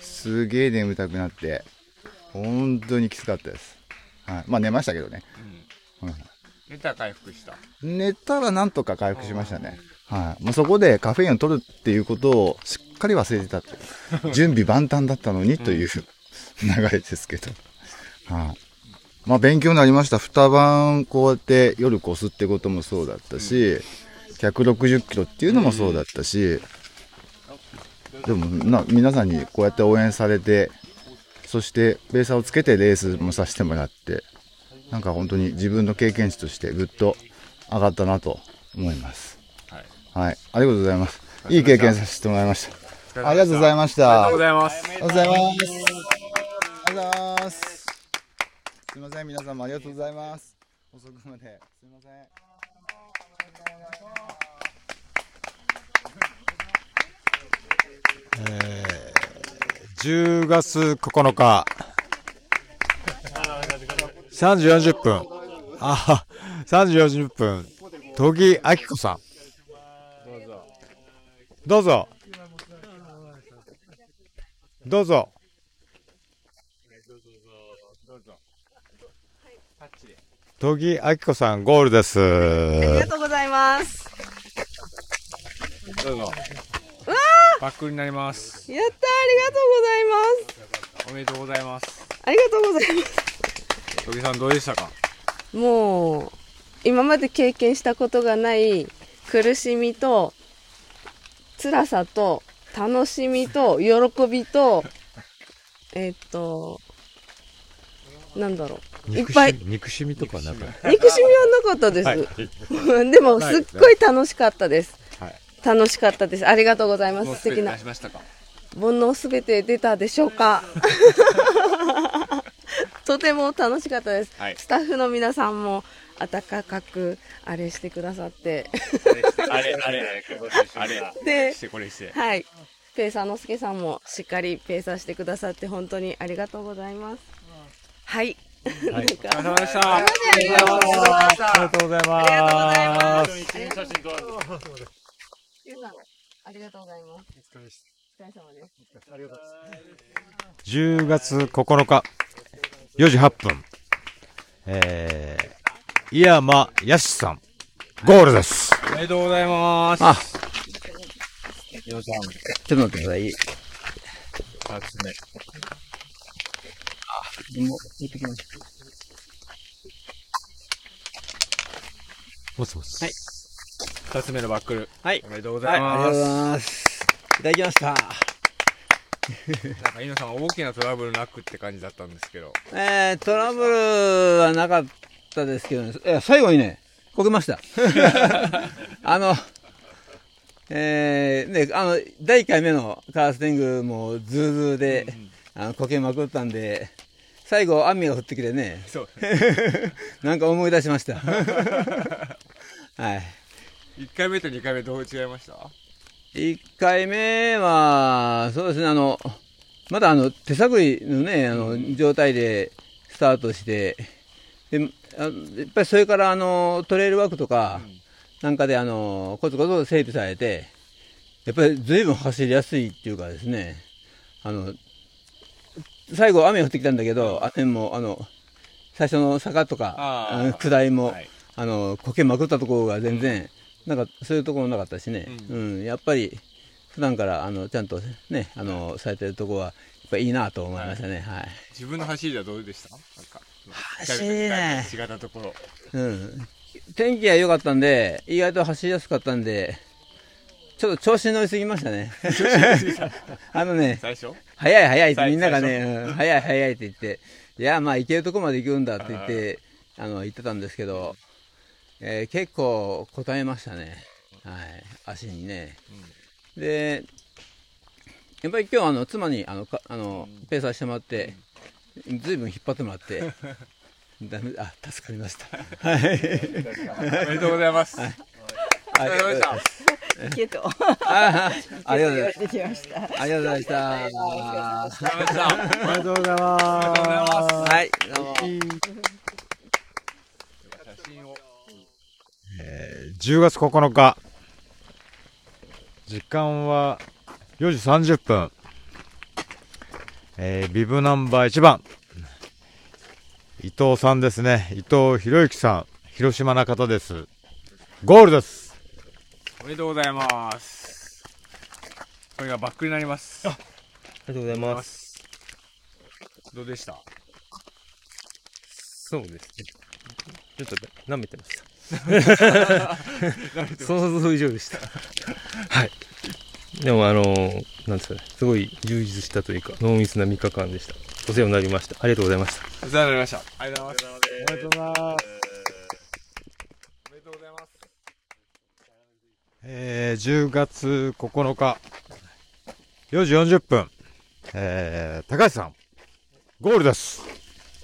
Speaker 10: すげえ眠たくなって、本当にきつかったです。はい。まあ寝ましたけどね。はい
Speaker 5: ネタ回復した
Speaker 10: 寝たらなんとか回復しましたね。はい。もうそこでカフェインを取るっていうことをしっかり忘れてたっていう。準備万端だったのにという流れですけど。はい。まあ勉強になりました。二晩こうやって夜こすってこともそうだったし、160キロっていうのもそうだったし、でもな、皆さんにこうやって応援されて、そしてベーサーをつけてレースもさせてもらって、なんか本当に自分の経験値としてぐっと上がったなと思います。
Speaker 5: はい。
Speaker 10: はい。ありがとうございます。いい経験させてもらいました。ありがとうございました。
Speaker 5: ありがとうございます
Speaker 10: ありがとうございます。ありがとうございます。すみません、皆様ありがとうございます。遅くまで。すみません。
Speaker 1: えー10月9日3時40分あ3時40分戸木明子さんどうぞどうぞ戸木明子さんゴールです
Speaker 12: ありがとうございます。
Speaker 5: どうぞ
Speaker 12: うわ
Speaker 5: バックになります
Speaker 12: ーやったーありがとうござい
Speaker 5: おめでとうございます
Speaker 12: ます。ありがとうございます。
Speaker 5: とぎさんどうでしたか
Speaker 12: もう、今まで経験したことがない苦しみと、辛さと、楽しみと、喜びと、えっと、なんだろう。いっぱい。
Speaker 13: 憎しみとかなかった
Speaker 12: 憎しみはなかったです。 でも、すっごい楽しかったです。
Speaker 13: はい
Speaker 12: 楽しかったです。ありがとうございます。
Speaker 5: もう
Speaker 12: 素敵な
Speaker 5: 出しましたか
Speaker 12: 煩悩すべて出たでしょうか。 とても楽しかったです、
Speaker 5: はい
Speaker 12: スタッフの皆さんも温かくあれしてくださって、
Speaker 5: あれあれあれ
Speaker 12: で
Speaker 5: してこれして
Speaker 12: はい。ペーサーのすけさんもしっかりペーサーしてくださって本当にありがとうございます。はい。な
Speaker 5: はい
Speaker 12: んか
Speaker 5: お疲れ様でし
Speaker 12: す
Speaker 5: た
Speaker 12: いませんありがとうございました。
Speaker 1: ありがとうございますありがとうございます
Speaker 12: ありがとうございますゆうさんありがとうございます。お疲れ様です。ありがとうございます。
Speaker 1: 10月9日4時8分、えー、井山やしさん、ゴールです。
Speaker 5: おめでとうございます
Speaker 1: あ
Speaker 5: ようさん
Speaker 13: ちょっと待ってください。
Speaker 5: 二つ目
Speaker 1: もつもつ。
Speaker 5: はい。二つ目のバックル。
Speaker 13: はい。
Speaker 5: おめでとうございま
Speaker 13: は
Speaker 5: す。
Speaker 13: いありがとうございます。いただきました。
Speaker 5: なんか、井野さんは大きなトラブルなくって感じだったんですけど。
Speaker 13: えー、トラブルはなかったですけどね、いや最後にね、こけました。 あの、えー、ね、あの、第1回目のカラステングもズーズーで、あの、こけまくったんで、最後、雨が降ってきてね、
Speaker 5: そう
Speaker 13: なんか思い出しま した。はい。
Speaker 5: 一回目と二回目どう違いました
Speaker 13: 1回目は、そうですね、あの、まだあの手探りのね、あの状態でスタートして、であやっぱりそれからあのトレイルワークとかなんかであのコツコツ整備されて、やっぱりずいぶん走りやすいっていうかですね、あの最後、雨降ってきたんだけど、雨もあの最初の坂とか、
Speaker 5: あー
Speaker 13: あの下りも、あのこけまくったところが全然、なんかそういうところもなかったしね、うんやっぱり普段からあのちゃんとね、あのされてるところは、やっぱいいなと思いましたね、はい。
Speaker 5: 自分の走りはどうでしたなんか。
Speaker 13: 走りね
Speaker 5: 一回目と二回目違ったとこ
Speaker 13: う
Speaker 5: ろ。
Speaker 13: ん、天気が良かったんで、意外と走りやすかったんで、ちょっと調子に乗りすぎました ね
Speaker 5: 子に乗りすぎた。
Speaker 13: あのね、
Speaker 5: 最初
Speaker 13: 早い早いって
Speaker 5: 最
Speaker 13: みんながね、
Speaker 5: 最初
Speaker 13: うん早い早いって言って、いや、まあ行けるとこまで行くんだって言って、あの言ってたんですけど、えー結構答えましたね、はい、足にね。で、やっぱり今日あの妻にあのかあのペーサーしてもらって、ずいぶん引っ張ってもらって、 だめあ助かりました。はい、
Speaker 5: おめでとうございます
Speaker 13: はい
Speaker 5: お疲れ様でした
Speaker 13: あ
Speaker 12: けど
Speaker 13: あありがとうございます。
Speaker 12: できました
Speaker 13: ありがとうございました。
Speaker 1: ありがとうございます。
Speaker 13: はい、どうも。
Speaker 1: いい10月9日時間は4時30分えービブナンバー1番伊藤さんですね伊藤博之さん広島の方ですゴールです
Speaker 5: おめでとうございますこれがバックになります
Speaker 14: り
Speaker 5: あ
Speaker 14: がとうございます
Speaker 5: どうでした
Speaker 14: そうですね。ちょっと舐めてまし
Speaker 5: 舐めてました
Speaker 14: た。想像以上でした。 はい。でもあのーなんですかね、すごい充実したというか、濃密な3日間でした。お世話になりました。ありがとうございました。
Speaker 5: お世話になりましたありがとうございますおめでとうございますおめでとうございます
Speaker 1: えー10月9日4時40分、えー高橋さんゴールです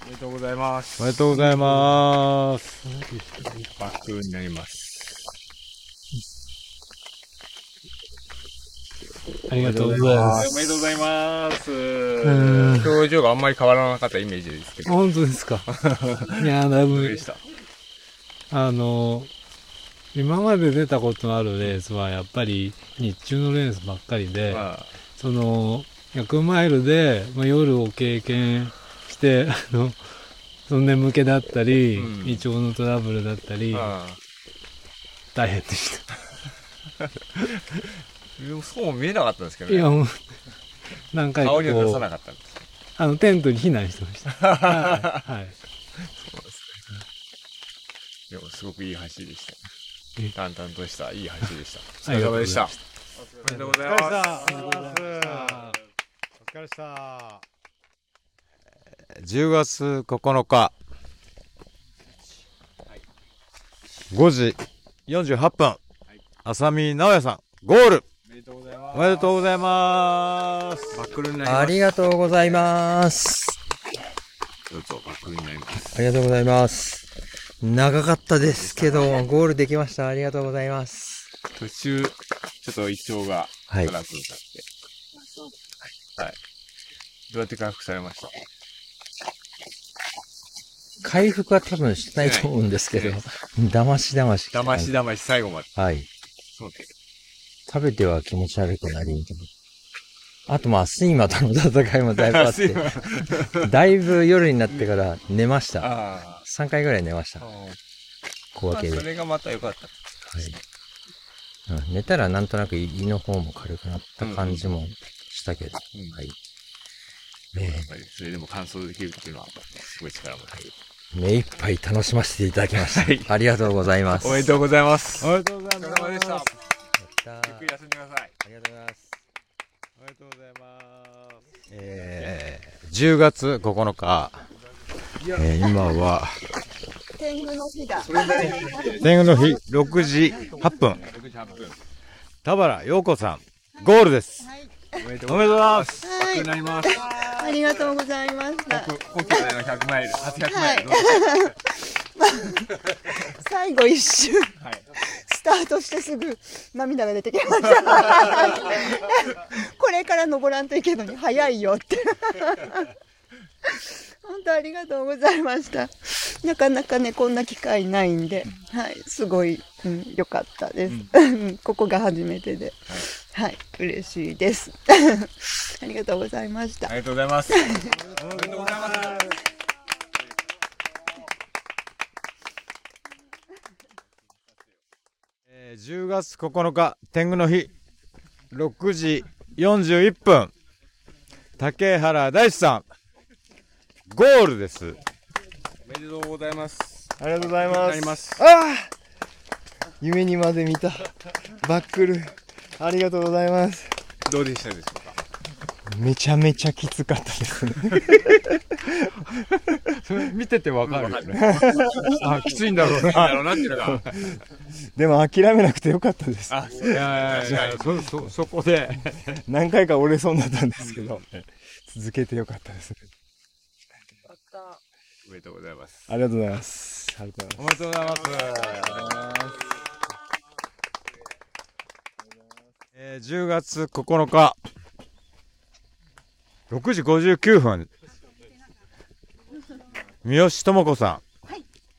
Speaker 5: おめでとうございます
Speaker 1: おめでとうございます
Speaker 5: バックになります
Speaker 14: ありがとうございます
Speaker 5: おめでとうございます
Speaker 14: ん
Speaker 5: 表情があんまり変わらなかったイメージですけど
Speaker 14: 本当です かいやーだいぶ
Speaker 5: でした
Speaker 14: あの、今まで出たことのあるレースはやっぱり日中のレースばっかりで、その、100マイルで、まあ、夜を経験して、 あの、その眠気だったり、胃腸のトラブルだったり、大変でした。
Speaker 5: でもそうも見えなかったんですけど、
Speaker 14: い
Speaker 5: ね、
Speaker 14: や、もう、何回かこう
Speaker 5: 顔には出さなかったんです
Speaker 14: あ の、テントに避難してました。はいはい
Speaker 5: そうですねでもすごくいい走りでした淡々としたいい走りでしたお疲れ様でした
Speaker 1: おめでとうご
Speaker 5: ざいます
Speaker 1: お疲れでした10月9日5時48分浅見直也さんゴールおめでとうございます
Speaker 5: バックルになります
Speaker 15: ありがとうございます。
Speaker 5: どうぞバックルになります
Speaker 15: ありがとうございます。長かったですけど、ゴールできました。ありがとうございます。
Speaker 5: 途中ちょっと胃腸が
Speaker 15: はい
Speaker 5: トラブルになってはい、どうやって回復されました
Speaker 15: 回復は多分してないと思うんですけど、だましだまし。
Speaker 5: だましだまし最後まで
Speaker 15: はい。
Speaker 5: そうです
Speaker 15: 食べては気持ち悪くなりみたいな。あとまあ、睡魔との戦いもだいぶあっ
Speaker 5: 睡
Speaker 15: て、だいぶ夜になってから寝ました。
Speaker 5: あ
Speaker 15: 3回ぐらい寝ました。小分け
Speaker 5: まあ
Speaker 15: で
Speaker 5: そ。れがまた良かった
Speaker 15: うん寝たらなんとなく胃の方も軽くなった感じもしたけど。はい。
Speaker 5: やっぱりそれでも完走できるっていうのはすごい力も入る
Speaker 15: 目いっぱい楽しませていただきました。ありがとうございます。
Speaker 5: おめでとうございます
Speaker 1: おめでとうございます
Speaker 5: お疲れ様でした
Speaker 15: やっ
Speaker 5: ゆっくり休んでください
Speaker 15: ありがとうございます
Speaker 5: おめでとうございます
Speaker 1: えー10月9日、えー今は
Speaker 4: 天狗の日だ。
Speaker 1: 天狗の日6時8分
Speaker 5: 6時8分
Speaker 1: 田原陽子さんゴールです
Speaker 5: おめで
Speaker 1: とうございます
Speaker 5: バックになります
Speaker 16: ありがとうございました。
Speaker 5: 故郷での100マイル初100マ
Speaker 16: は
Speaker 5: イ
Speaker 16: い
Speaker 5: ルの。
Speaker 4: 最後一周、スタートしてすぐ涙が出てきました。これから登らんといけんのに早いよって。本当ありがとうございました。なかなかね、こんな機会ないんで、はい、すごい良、うん、良かったです。 ここが初めてで、はい、嬉しいです。 ありがとうございました。
Speaker 5: ありがとうございますおめでとうございます
Speaker 1: えー10月9日天狗の日6時41分竹原大志さんゴールです
Speaker 5: おめでとうございます
Speaker 9: ありがとうござい
Speaker 5: な
Speaker 9: ま
Speaker 5: り
Speaker 9: す。
Speaker 5: ます
Speaker 9: ああ夢にまで見たバックル。ありがとうございます。
Speaker 5: どうでしたでしょうか
Speaker 9: めちゃめちゃきつかったですね。
Speaker 1: それ 見ててわかるよね
Speaker 9: わかる
Speaker 1: あきついんだろうな
Speaker 5: きついんだろうなっていうの が
Speaker 9: でも諦めなくてよかったです。
Speaker 5: あいやいやいや
Speaker 1: そ そそこで
Speaker 9: 何回か折れそうになったんですけど、続けてよかったです。
Speaker 5: おめでとうございます
Speaker 9: ありがとうございます。ありがとうございます
Speaker 1: おめでとうございますえー10月9日6時59分三好智子さん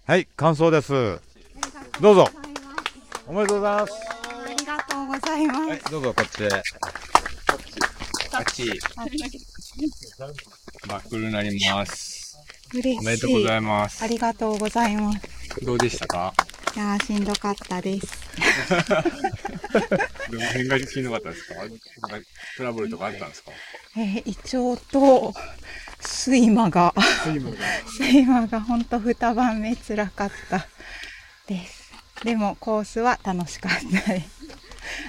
Speaker 1: はい、感想ですどうぞおめでとうございます。
Speaker 17: ありがとうございます。
Speaker 1: はい、どうぞこっちへ。
Speaker 5: タッチ、バックルになります。
Speaker 17: 嬉しい。
Speaker 5: おめでとうございます
Speaker 17: ありがとうございます。
Speaker 5: どうでしたか
Speaker 17: いやー、しんどかったです。
Speaker 5: どの辺がしんどかったですかなんかトラブルとかあったんですか
Speaker 17: えー、胃腸と睡魔が、
Speaker 5: 睡魔が
Speaker 17: 睡魔がほんと二晩目辛かったです。でもコースは楽しかったです。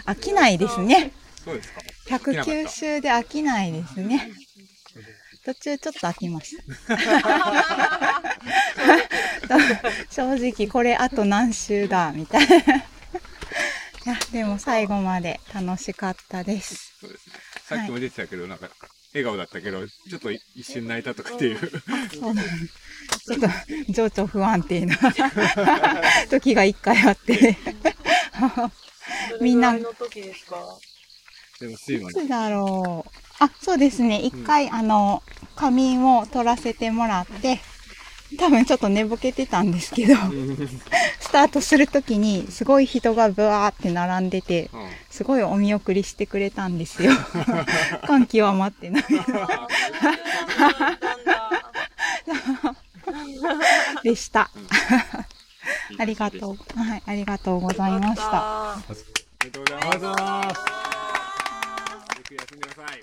Speaker 17: 飽きないですね。
Speaker 5: そうですか
Speaker 17: 109周で飽きないですね。途中ちょっと飽きました。正直これあと何周だみたいな。いや、でも最後まで楽しかったです。
Speaker 5: そうですね。さっきも出てたけど、なんか、笑顔だったけど、ちょっと一瞬泣いたとかっていう。
Speaker 17: そうなんですちょっと情緒不安定な時が一回あって。みんな、い
Speaker 5: でも、睡魔
Speaker 17: つだろう。あ、そうですね。一回、あの、仮眠を取らせてもらって、多分ちょっと寝ぼけてたんですけど、 スタートするときに、すごい人がブワーって並んでて、すごいお見送りしてくれたんですよ。 感極まってない。 でした。 ありがとう。はい、ありがとうございました。
Speaker 5: おめでとうございます。おめでとうございます。ゆっくり休んでください。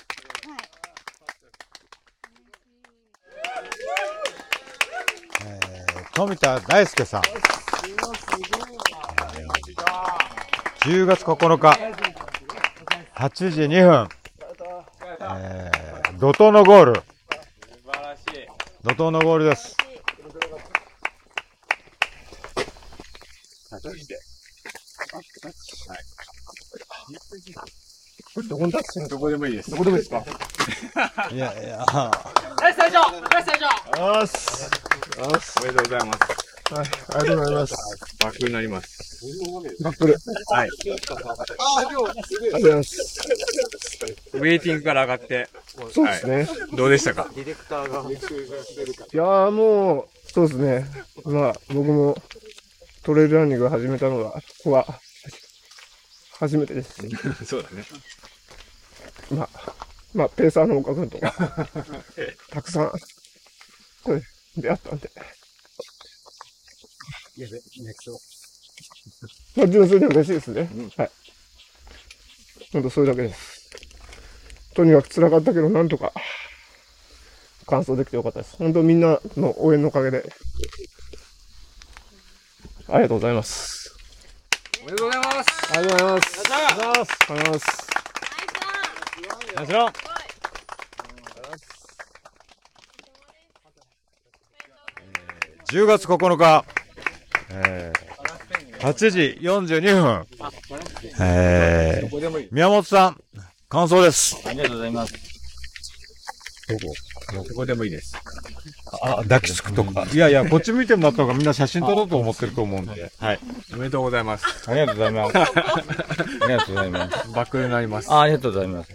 Speaker 1: 富田大輔さん。10月9日、8時2分、えー、怒涛のゴール。怒涛のゴールです。
Speaker 5: どこどこでもいいです。どこでもいいですか
Speaker 1: いやいや、
Speaker 2: ナイス隊長ナイス隊長
Speaker 5: よしおめでとうございます。はい、ありがとうございます。バックになります。
Speaker 9: バックル
Speaker 5: は
Speaker 9: あ
Speaker 5: い。
Speaker 9: りがとうございます。
Speaker 5: ウェイティングから上がって。
Speaker 9: そうですね
Speaker 5: はいどうでしたか
Speaker 9: ディレクターが。いやーもう、そうですね。まあ、僕もトレイルランニングを始めたのが、ここは、初めてです。
Speaker 5: そうだね。
Speaker 9: まあ、まあ、ペーサーの岡君とか、たくさん、うん出会ったんで。
Speaker 15: やべ、泣きそう。
Speaker 9: まあ、純粋に嬉しいですね。はい。ほんと、それだけです。とにかく辛かったけど、なんとか、完走できてよかったです。本当みんなの応援のおかげで。ありがとうございます。
Speaker 5: おめでとうございます。
Speaker 9: ありがとうございます。ありがとうございます。
Speaker 5: ナイスロン
Speaker 1: 10月9日、えー、8時42分、えー、宮本さん、感想です。
Speaker 6: ありがとうございます。
Speaker 5: どこどこでもいいです。
Speaker 1: あ、抱きつくとか。いやいや、こっち見てもらった方がみんな写真撮ろうと思ってると思うんで。はい。
Speaker 5: おめでとうございます。
Speaker 1: ありがとうございます。
Speaker 5: ありがとうございます。バックになります。
Speaker 6: あありがとうございます。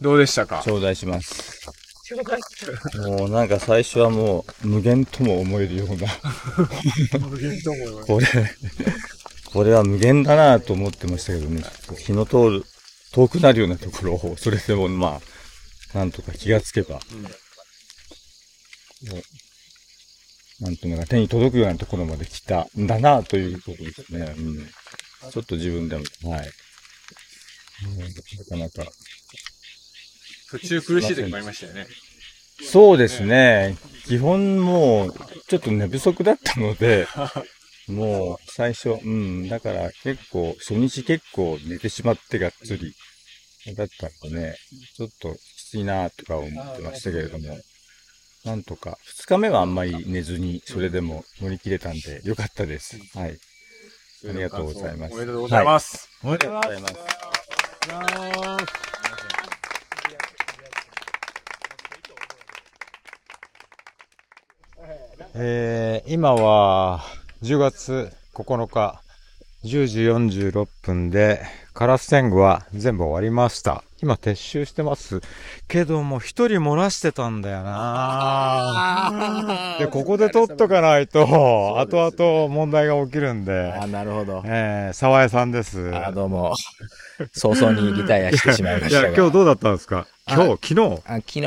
Speaker 5: どうでしたか
Speaker 6: 頂戴します。もうなんか最初はもう無限とも思えるような。
Speaker 15: 無限とも思える
Speaker 6: これ、これは無限だなと思ってましたけどね、ちょっと日の通る、遠くなるようなところを、それでもまあ、なんとか気がつけば、なんとか手に届くようなところまで来たんだなということですね。うん、ちょっと自分でも、はい。うんなかなか。
Speaker 5: 途中苦しい時もありましたよね。
Speaker 6: そうですね。基本もう、ちょっと寝不足だった ので、もう最初、うん、だから結構、初日結構寝てしまってがっつり、だったのでね、ちょっときついなとか思ってましたけれども、なんとか、2日目はあんまり寝ずに、それでも乗り切れたんで、よかったです。はい。ありがとうございます。。
Speaker 5: おめでとうございますす。
Speaker 1: おめでとうございます。えー今は10月9日10時46分でカラス天狗は全部終わりました。今撤収してますけども一人漏らしてたんだよなでここで取っとかない と後々問題が起きるんであなるほどえー、沢江さんですあどうも
Speaker 18: 早々にリタイアしてしまいましたが
Speaker 1: や今日どうだったんですか今日昨日
Speaker 18: あ昨日、昨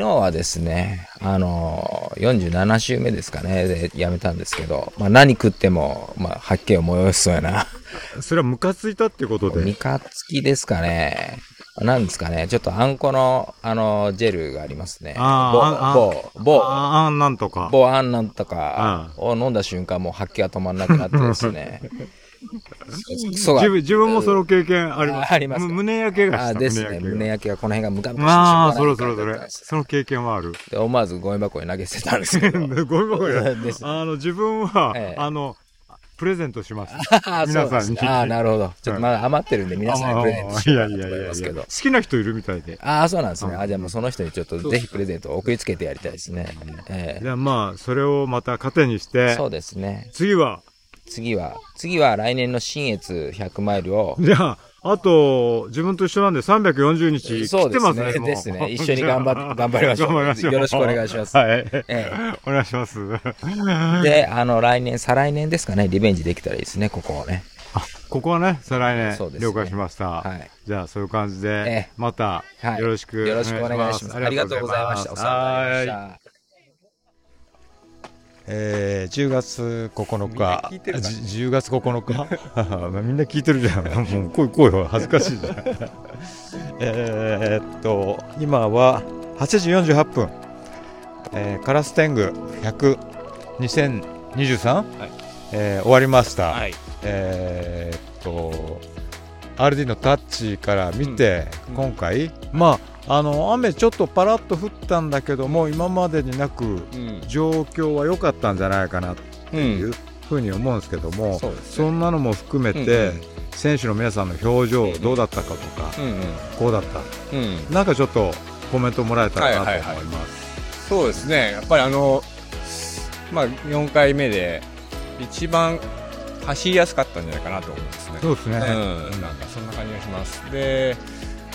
Speaker 18: 日はですね、あの、47週目ですかね、で辞めたんですけど、まあ何食っても、まあ発見を催しそうやな。
Speaker 1: それはムカついたってことで
Speaker 18: ムカつきですかね。なんですかね、ちょっとあんこの、あの、ジェルがありますね。
Speaker 1: あー
Speaker 18: 某、某、某、
Speaker 1: あんなんとか
Speaker 18: 某あんなんとかを飲んだ瞬間、もう発見が止まんなくなってですね。クソが
Speaker 1: 自分自分もその経験あります
Speaker 18: あります
Speaker 1: む胸焼けがした
Speaker 18: あです
Speaker 1: 胸
Speaker 18: ね
Speaker 1: 焼けが
Speaker 18: 胸焼けがこの辺がムカムカしてし
Speaker 1: あ
Speaker 18: ま
Speaker 1: あ
Speaker 18: う
Speaker 1: それそれそれその経験はある
Speaker 18: で思わずゴミ箱に投げ捨てたんですけど
Speaker 1: ゴミ箱に
Speaker 18: で
Speaker 1: あの自分は、あのプレゼントします
Speaker 18: あ
Speaker 1: 皆
Speaker 18: そうなんで
Speaker 1: さ
Speaker 18: す
Speaker 1: んに
Speaker 18: ねあーなるほどちょっとまだ余ってるんで皆さんにプレゼントしようかなと思いますけど
Speaker 1: 好きな人いるみたいで
Speaker 18: ああそうなんですねあじゃあもうその人にちょっとぜひプレゼントを送りつけてやりたいですねえ
Speaker 1: じゃあまあそれをまた糧にして
Speaker 18: そうですね
Speaker 1: 次は
Speaker 18: 次は次は来年の新越100マイルを
Speaker 1: じゃああと自分と一緒なんで340日切
Speaker 18: そ
Speaker 1: っ
Speaker 18: うで
Speaker 1: て
Speaker 18: す
Speaker 1: ます
Speaker 18: ね
Speaker 1: ねもう
Speaker 18: で すね一緒に頑張っ頑張りましょう
Speaker 1: 頑張りましょう
Speaker 18: よろしくお願いします
Speaker 1: はい、
Speaker 18: え
Speaker 1: お願いします
Speaker 18: であの来年再来年ですかねリベンジできたらいいですねここをね
Speaker 1: ここはね、再来年、
Speaker 18: そうですね
Speaker 1: 了解しました。じゃあ、そういう感じで、また、よろしく、
Speaker 18: よろしくお願いしますありがとうございましたお世話になりました
Speaker 1: えー、10月9日、
Speaker 18: みんな聞いてるかな
Speaker 1: じ10月9日、みんな聞いてるじゃん、もう来い来いよ、恥ずかしいじゃん。 えーっと、今は8時48分、えーカラス天狗100、2023、えー終わりました。えーっと、RD のタッチから見て、今回、まあ、あの雨ちょっとパラッと降ったんだけども今までになく状況は良かったんじゃないかなっていうふうに思うんですけども、そんなのも含めて、
Speaker 6: うん
Speaker 1: 選手の皆さんの表情どうだったかとか、
Speaker 6: うんうん
Speaker 1: こうだった、
Speaker 6: う
Speaker 1: なんかちょっとコメントもらえたらなと思
Speaker 6: はいいはいはい
Speaker 1: ます。
Speaker 5: そうですね、やっぱりあの、まあ、4回目で、一番走りやすかったんじゃないかなと思うんですね。
Speaker 1: そうですね
Speaker 5: うん、なんかそんな感じがします。で、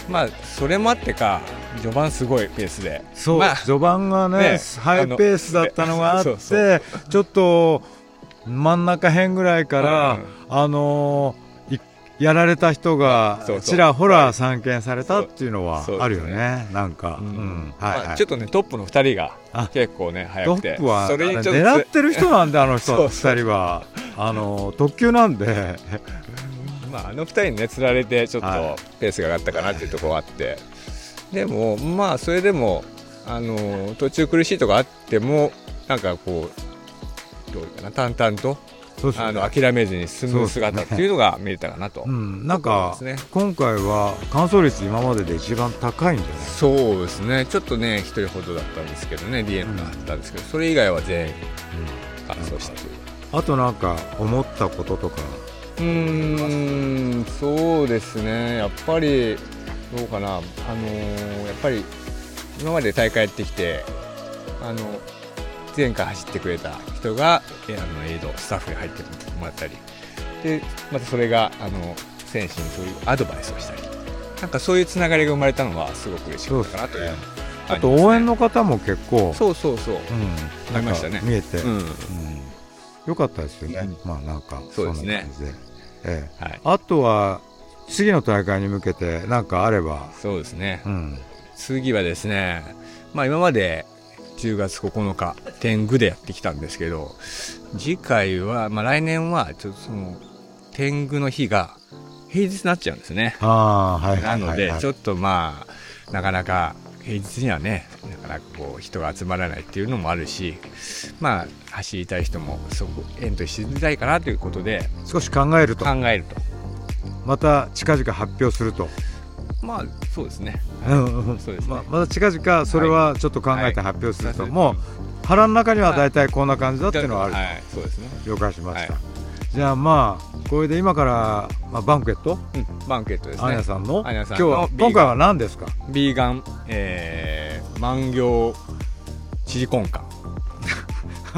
Speaker 5: まあ、それもあってか、序盤すごいペースで。
Speaker 1: そう、
Speaker 5: まあ
Speaker 1: 序盤がね
Speaker 5: ね
Speaker 1: ハイペースだったのがあって
Speaker 5: あの そう
Speaker 1: ちょっと真ん中辺ぐらいから、あのーいやられた人が
Speaker 5: そうそう
Speaker 1: ちらほら散見されたっていうのは
Speaker 5: そうそう
Speaker 1: あるよねなんか、うんはいはい、
Speaker 5: まあちょっとね、トップの2人が結構ね、速
Speaker 1: ト
Speaker 5: く
Speaker 1: ッ
Speaker 5: て、
Speaker 1: プは
Speaker 5: それにちょっと
Speaker 1: 狙ってる人なんであの人
Speaker 5: そう
Speaker 1: 2人はあのー特急なんで
Speaker 5: まあ、あの2人にね、つられて、ちょっとペースが上がったかなっていうところはあって、でも、まあ、それでも、あのー途中苦しいとこあっても、なんかこう、どういうかな、淡々と、あの諦めずに進む姿っていうのが見れたかなと。
Speaker 1: うん、なん
Speaker 5: そう
Speaker 1: か
Speaker 5: ですね
Speaker 1: 今回は完走率今までで一番高いんじゃない
Speaker 5: そうですね、ちょっとね、1人ほどだったんですけどね、DM があったんですけど、それ以外は全員、完走したという。
Speaker 1: あとなんか思ったこととか
Speaker 5: うーんそうですねやっぱりどうかなあのーやっぱり今まで大会やってきてあの前回走ってくれた人がえあのエイドスタッフに入ってもらったりでまたそれがあの選手にそういうアドバイスをしたりなんかそういうつながりが生まれたのはすごく嬉しかったかなという
Speaker 1: あと応援の方も結構
Speaker 5: そうそうそう、
Speaker 1: うん、
Speaker 5: ありましたね
Speaker 1: なんか見えて、
Speaker 5: う
Speaker 1: うんんよかったですよね、まあなんか
Speaker 5: そうです
Speaker 1: そ
Speaker 5: ね
Speaker 1: んな感じで、ええあとは次の大会に向けてなんかあれば
Speaker 5: そうですね、
Speaker 1: ん
Speaker 5: 次はですね、まあ、今まで10月9日天狗でやってきたんですけど次回は、まあ、来年はちょっとその天狗の日が平日になっちゃうんですね
Speaker 1: あーはいはいはい
Speaker 5: なので
Speaker 1: はい
Speaker 5: ちょっとまあなかなか平日にはねなかなかこう人が集まらないっていうのもあるしまあ走りたい人もそこエントリーしづらいかなということで
Speaker 1: 少し考えると
Speaker 5: 考えると
Speaker 1: また近々発表すると、
Speaker 5: まあそうですね
Speaker 1: うんうん
Speaker 5: そうですね
Speaker 1: まあまた近々それはちょっと考えて発表すると、もう腹の中には大体こんな感じだっていうのはあると、
Speaker 5: そうですね
Speaker 1: 了解しました、じゃあまあこれで今から、まあ、バンクエット、
Speaker 5: バンケットですね。
Speaker 1: アーニャさんの
Speaker 5: アーニャさん
Speaker 1: 今日は
Speaker 5: ビーガン
Speaker 1: 今回は何ですか
Speaker 5: ビーガン、えー、万行チリコンカン。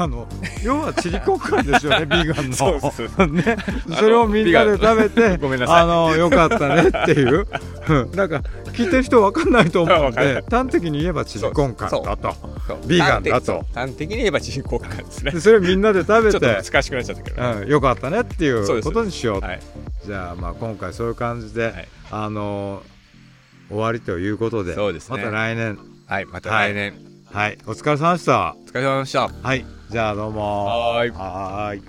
Speaker 1: あの要はチリコッカですよねビーガンの
Speaker 15: そうそ う
Speaker 1: ね
Speaker 15: あの
Speaker 1: それをみんなで食べ
Speaker 15: ビーガ
Speaker 1: て
Speaker 15: ンごめんなさい
Speaker 1: あのよかったねっていううんなんか聞いてる人わかんないと思うん
Speaker 15: わかんな
Speaker 1: で
Speaker 15: い
Speaker 1: 端的に言えばチリコンカンだと
Speaker 15: そう
Speaker 1: ビーガンだと
Speaker 15: 端的に言えば人工感ですね
Speaker 1: でそれみんなで食べて
Speaker 15: ちょっと難しくなっちゃったけどね、
Speaker 1: うん、よかったねってい
Speaker 15: そう
Speaker 1: う
Speaker 15: です
Speaker 1: ことにしようじゃあまあ今回そういう感じで、あのー終わりということで
Speaker 15: そうですね
Speaker 1: また来年
Speaker 15: はいまた来年
Speaker 1: はい、はいお疲れ様でしたお
Speaker 15: 疲れ様でした
Speaker 1: はいじゃあどうもはーいはーい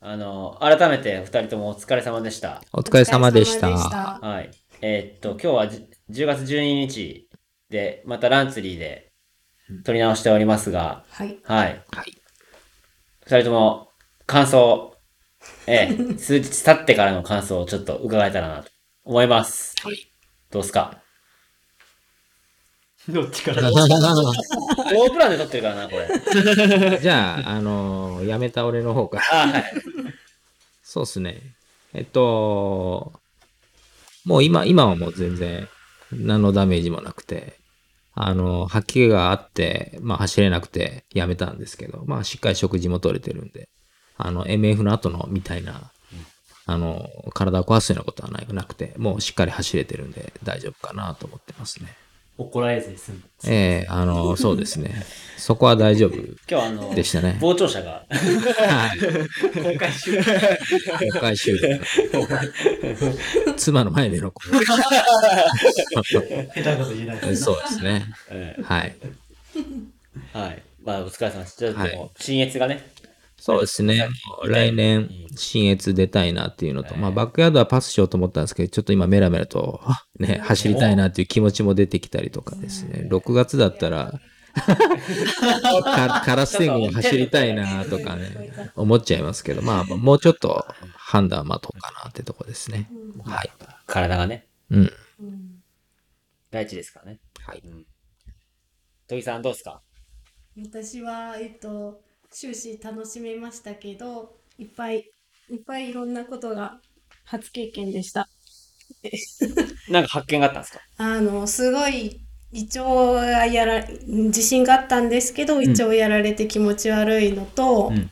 Speaker 2: あの、改めて二人ともお疲れ様でした。
Speaker 18: お疲れ様でしたお疲れ様でした
Speaker 2: はい。えーっと、今日はじ10月12日で、またランツリーで撮り直しておりますが、
Speaker 19: はい
Speaker 2: はい。二人とも感想、ええ 数日経ってからの感想をちょっと伺えたらなと思います。
Speaker 19: はい。
Speaker 2: どうっす か
Speaker 7: どっちから
Speaker 2: ノープランで撮ってるからな、これ。
Speaker 18: じゃあ、あのーやめた俺の方から。そうっすね。えっと、もう今、今はもう全然、何のダメージもなくて、あの、吐き気があって、まあ走れなくてやめたんですけど、まあしっかり食事も取れてるんで、あの、MF の後のみたいな、あの、体を壊すようなことはないなくて、もうしっかり走れてるんで大丈夫かなと思ってますね。
Speaker 2: 怒られずに済む。
Speaker 18: ええあ の、そうですね。そこは大丈夫
Speaker 2: 今日はあの、
Speaker 18: でしたね。
Speaker 2: 傍聴者が、
Speaker 18: はい
Speaker 2: 公開収録。
Speaker 18: 公開収録。妻の前での公
Speaker 2: 下手なこと言えない
Speaker 18: そうですね
Speaker 2: え。え
Speaker 18: はい。
Speaker 2: はい。まあ、お疲れ様です。ちょっと、
Speaker 18: は
Speaker 2: 新越がね、
Speaker 18: そうですね。来年、新越出たいなっていうのと、まあ、バックヤードはパスしようと思ったんですけど、ちょっと今、メラメ ラと、あね、走りたいなっていう気持ちも出てきたりとかですね。6月だったら、 かカラス天狗も走りたいなとかね、思っちゃいますけど、まあ、もうちょっと判断待とうかなってとこですね。はい。
Speaker 2: 体がね。
Speaker 18: うん。
Speaker 2: 第一ですからね。
Speaker 18: はい。
Speaker 2: とぎさん、どうですか
Speaker 20: 私は、えっと、終始楽しめましたけど、いっぱい、いっぱいいろんなことが初経験でした。
Speaker 2: なんか発見があったんですか
Speaker 20: あの、すごい、胃腸がやら、自信があったんですけど、
Speaker 2: ん
Speaker 20: 胃腸やられて気持ち悪いのと、
Speaker 2: うん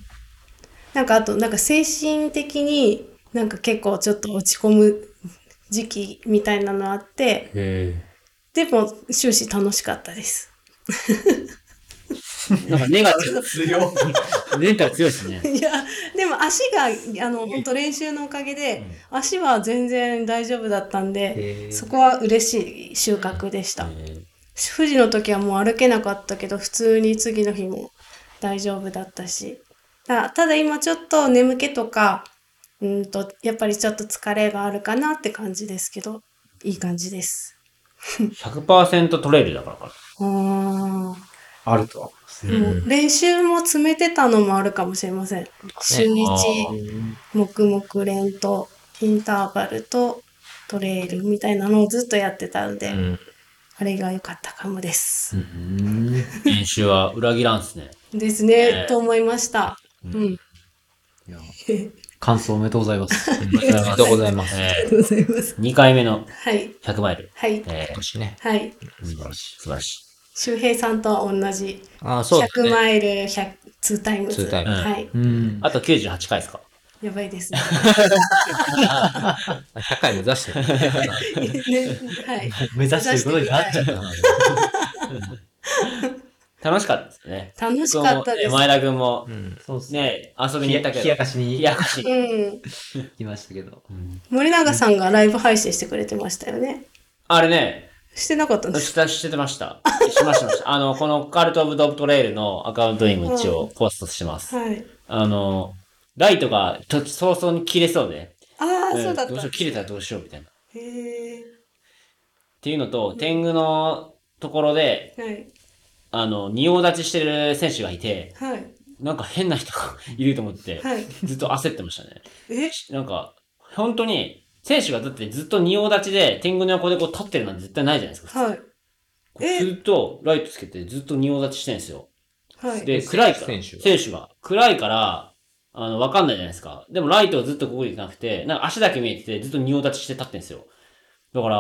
Speaker 20: なんかあと、なんか精神的になんか結構ちょっと落ち込む時期みたいなのあって、でも終始楽しかったです。
Speaker 2: なんかネガティブ強メンタル強いですね。
Speaker 20: いや、でも足が、あの、本当練習のおかげで、足は全然大丈夫だったん
Speaker 2: へ
Speaker 20: で、
Speaker 2: ー
Speaker 20: そこは嬉しい収穫でした。富士の時はもう歩けなかったけど、普通に次の日も大丈夫だったし。だただ今ちょっと眠気とか、うんと、やっぱりちょっと疲れがあるかなって感じですけど、いい感じです。
Speaker 2: 100%トレイルだからか
Speaker 20: うーん
Speaker 2: な。あるとは。
Speaker 20: もう練習も詰めてたのもあるかもしれません。週1、黙々練とインターバルとトレイルみたいなのをずっとやってたんで、
Speaker 2: うん
Speaker 20: あれが良かったかもです。
Speaker 2: 練習は裏切らんっすね。
Speaker 20: ですね、
Speaker 2: ええ
Speaker 20: と思いました。うん。
Speaker 2: 感想おめでとうござい ます。お
Speaker 20: めでとうございます
Speaker 2: あ
Speaker 20: りがとうございます
Speaker 2: 2回目の
Speaker 20: はい。
Speaker 2: 100マイル。
Speaker 20: はい
Speaker 2: えー今年ね。
Speaker 20: はい。
Speaker 2: 素晴らしい。素晴らしい。
Speaker 20: 周平さんとは同じ。
Speaker 2: あそうですね
Speaker 20: 100マイル100、ツータイムズ。はい。
Speaker 2: うん。あと98回ですか
Speaker 20: やばいですね。
Speaker 18: 100回目指してる。
Speaker 20: はい。
Speaker 2: 目指してることになっちゃったな楽しかったですね。
Speaker 20: 楽しかったです
Speaker 2: 僕もね前田君も、
Speaker 21: そう
Speaker 2: ね、遊びに行ったけど。
Speaker 21: 冷やかしに
Speaker 2: 冷やかしに。
Speaker 20: う
Speaker 21: 行
Speaker 20: ん。
Speaker 21: きましたけど。
Speaker 20: 森永さんがライブ配信してくれてましたよね。
Speaker 2: あれね、
Speaker 20: してなかったんです
Speaker 2: したしてました。しました、しました。あの、このカルト・オブ・ドブ・トレイルのアカウントにも一応ポストしてます。
Speaker 20: はい。
Speaker 2: あの、ライトがちょっと早々に切れそうで。
Speaker 20: ああ、
Speaker 2: ん
Speaker 20: そうだった
Speaker 2: どうしよう、切れたらどうしようみたいな。っ
Speaker 20: へえ。
Speaker 2: ていうのと、天狗のところで、
Speaker 20: はい。
Speaker 2: あの、仁王立ちしてる選手がいて、
Speaker 20: はい。
Speaker 2: なんか変な人が いると思って、
Speaker 20: はい
Speaker 2: ずっと焦ってましたね。
Speaker 20: え
Speaker 2: なんか、本当に、選手がだってずっと仁王立ちで天狗の横でこう立ってるなんて絶対ないじゃないですか。
Speaker 20: はい。
Speaker 2: ずっとライトつけてずっと仁王立ちしてるんですよ。
Speaker 20: はい。
Speaker 2: で、暗いから、選手が。暗いから、あの、わかんないじゃないですか。でもライトはずっとここにいなくて、なんか足だけ見えてて、ずっと仁王立ちして立ってんですよ。だから、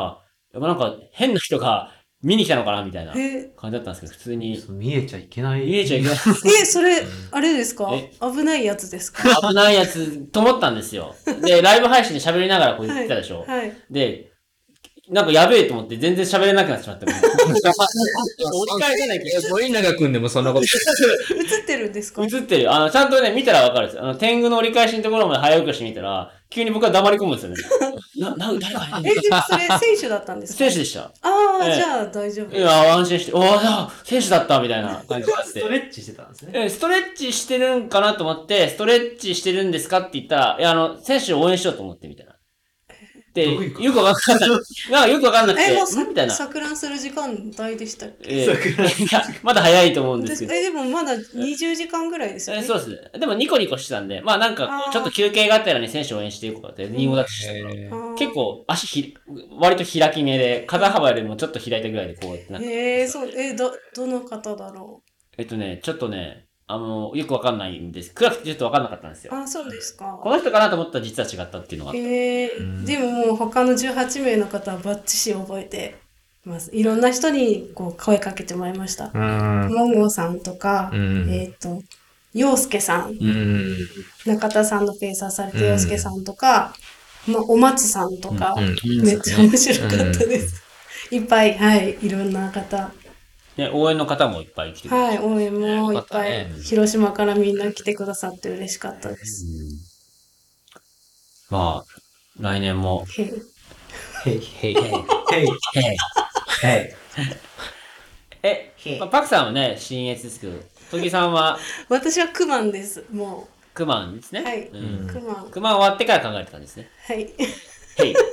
Speaker 2: やっぱなんか変な人が見に来たのかなみたいな
Speaker 20: え
Speaker 2: 感じだったんですけど、普通に。
Speaker 14: 見えちゃいけない。
Speaker 2: 見えち ゃいけない。
Speaker 20: え、それ、あれですか
Speaker 2: え
Speaker 20: 危ないやつですか
Speaker 2: 危ないやつと思ったんですよ。で、ライブ配信で喋りながらこう言ってたでしょ。
Speaker 20: はい。
Speaker 2: で、なんかやべえと思って全然喋れなくなってしまって。 もう折り返せないけど。森永
Speaker 18: 君でもそん なこと。
Speaker 20: 映ってるんですか
Speaker 2: 映ってる。あの、ちゃんとね、見たらわかるんですよ。あの、天狗の折り返しのところまで早送りしてみたら、急に僕は黙り込むんです よね。な、な、誰が入
Speaker 20: え、
Speaker 2: って
Speaker 20: で
Speaker 2: る
Speaker 20: もそれ選手だったんですか
Speaker 2: 選手でした。
Speaker 20: ああ、
Speaker 2: ええ
Speaker 20: じゃあ大丈夫。
Speaker 2: いや、安心して、おぉ、選手だったみたいな感じがあって。ストレッチしてたんですね。ストレッチしてるんかなと思って、ストレッチしてるんですかって言ったら、いや、あの、選手を応援しようと思ってみたいな。で、よくわかんない。なんかよくわかんなくて、
Speaker 20: え、もう
Speaker 2: うんみたいな。
Speaker 20: さ錯乱する時間帯でしたっけ
Speaker 2: えー、いや、まだ早いと思うんです
Speaker 20: 私
Speaker 2: けど。
Speaker 20: え、でもまだ20時間ぐらいですよ
Speaker 2: え
Speaker 20: ね。
Speaker 2: そうです。でもニコニコしてたんで、まあなんかこ
Speaker 20: あー
Speaker 2: う、ちょっと休憩があったらね、選手を応援していこうかって、リンゴ立ちしてたから、結構足ひ、割と開き目で、肩幅よりもちょっと開いたぐらいでこうやってなんか、
Speaker 20: へえそう、え、ど、どの方だろ
Speaker 2: えっとね、ちょっとね、あの、よくわかんないんです。暗くてちょっとわかんなかったんです
Speaker 20: う。
Speaker 2: よ。
Speaker 20: あ、そうですか。
Speaker 2: この人かなと思ったら実は違ったっていうのがあって。
Speaker 20: えー、でももう他の18名の方はバッチシ覚えてます。いろんな人にこう声かけてもらいました。
Speaker 18: うん
Speaker 20: モンゴーさんとか、
Speaker 18: うん
Speaker 20: えっ、と、洋介さん、
Speaker 18: うん。
Speaker 20: 中田さんのペーサーされて
Speaker 18: うん
Speaker 20: 洋介さんとか、ま、お松さんとか、
Speaker 18: うんうん
Speaker 20: めっちゃ面白かったです。いっぱい、はい、いろんな方。
Speaker 2: ね、応援の方もいっぱい来てくれて
Speaker 20: はい、応援もいっぱい、広島からみんな来てくださって嬉しかったです。
Speaker 2: まあ、来年も。
Speaker 20: へい
Speaker 2: へいへいへいへいへい。え、まあ、パクさんはね、新越ですけど、トキさんは
Speaker 20: 私はクマンです、も
Speaker 2: クマンですね。
Speaker 20: う。はい、
Speaker 2: うん
Speaker 20: クマン。
Speaker 2: クマン終わってから考えてたんですね。
Speaker 20: はい。
Speaker 2: へい。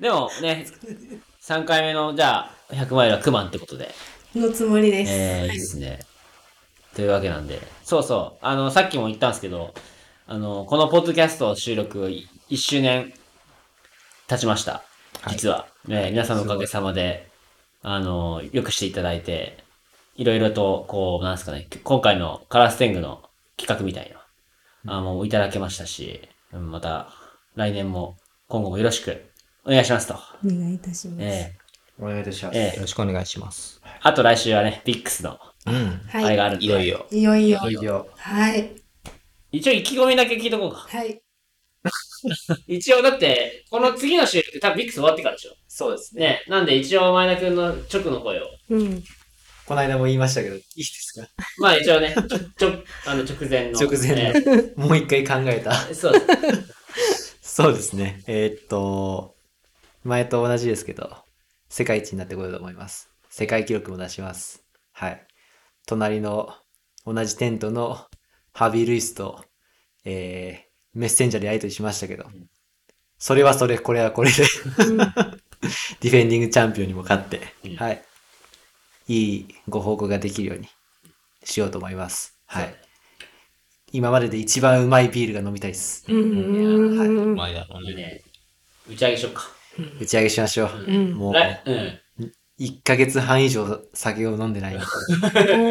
Speaker 2: でもね、3回目の、じゃあ、100マイルはクマンってことで。
Speaker 20: のつもりです。
Speaker 2: えー、いいですね。というわけなんで、そうそう、あの、さっきも言ったんですけど、あの、このポッドキャスト収録1周年経ちました。実は。ね、皆さんのおかげさまで、あの、よくしていただいて、いろいろと、こう、なんですかね、今回のカラステングの企画みたいな、あの、もういただけましたし、うんまた、来年も、今後もよろしく、お願いしますと。
Speaker 20: お願いいたします。
Speaker 2: え
Speaker 14: お願いいたします。
Speaker 2: ええ
Speaker 14: よろしくお願いします。
Speaker 2: えあと来週はね、ビックスの、
Speaker 14: うん。
Speaker 2: あれがあるんで、
Speaker 14: いよいよ。
Speaker 20: いよいよ。
Speaker 14: いよ。
Speaker 20: はい。
Speaker 2: 一応意気込みだけ聞いとこうか。
Speaker 20: はい。
Speaker 2: 一応だって、この次の収録、多分ビックス終わってからでしょ。そうですね。なんで一応前田君の直の声を。
Speaker 20: うん。
Speaker 14: この間も言いましたけど、いいですか
Speaker 2: まあ一応ね、ちょ、あの直前の。
Speaker 14: 直前
Speaker 2: ね
Speaker 14: の。もう一回考えた。
Speaker 2: そうです。
Speaker 14: そうですね。えーっと、前と同じですけど、世界一になってこようと思います。世界記録も出します。はい。隣の同じテントのハビー・ルイスと、えー、メッセンジャーでやりとりしましたけど、それはそれ、これはこれで、 ディフェンディングチャンピオンにも勝って、はい。いいご報告ができるようにしようと思います。はい。今までで一番うまいビールが飲みたいです。
Speaker 20: うん。
Speaker 14: 前だろう
Speaker 2: ね。打ち上げしようか。
Speaker 14: 打ち上げしましょう。
Speaker 20: うん
Speaker 14: もう
Speaker 2: 来、うん。
Speaker 14: 1ヶ月半以上酒を飲んでない。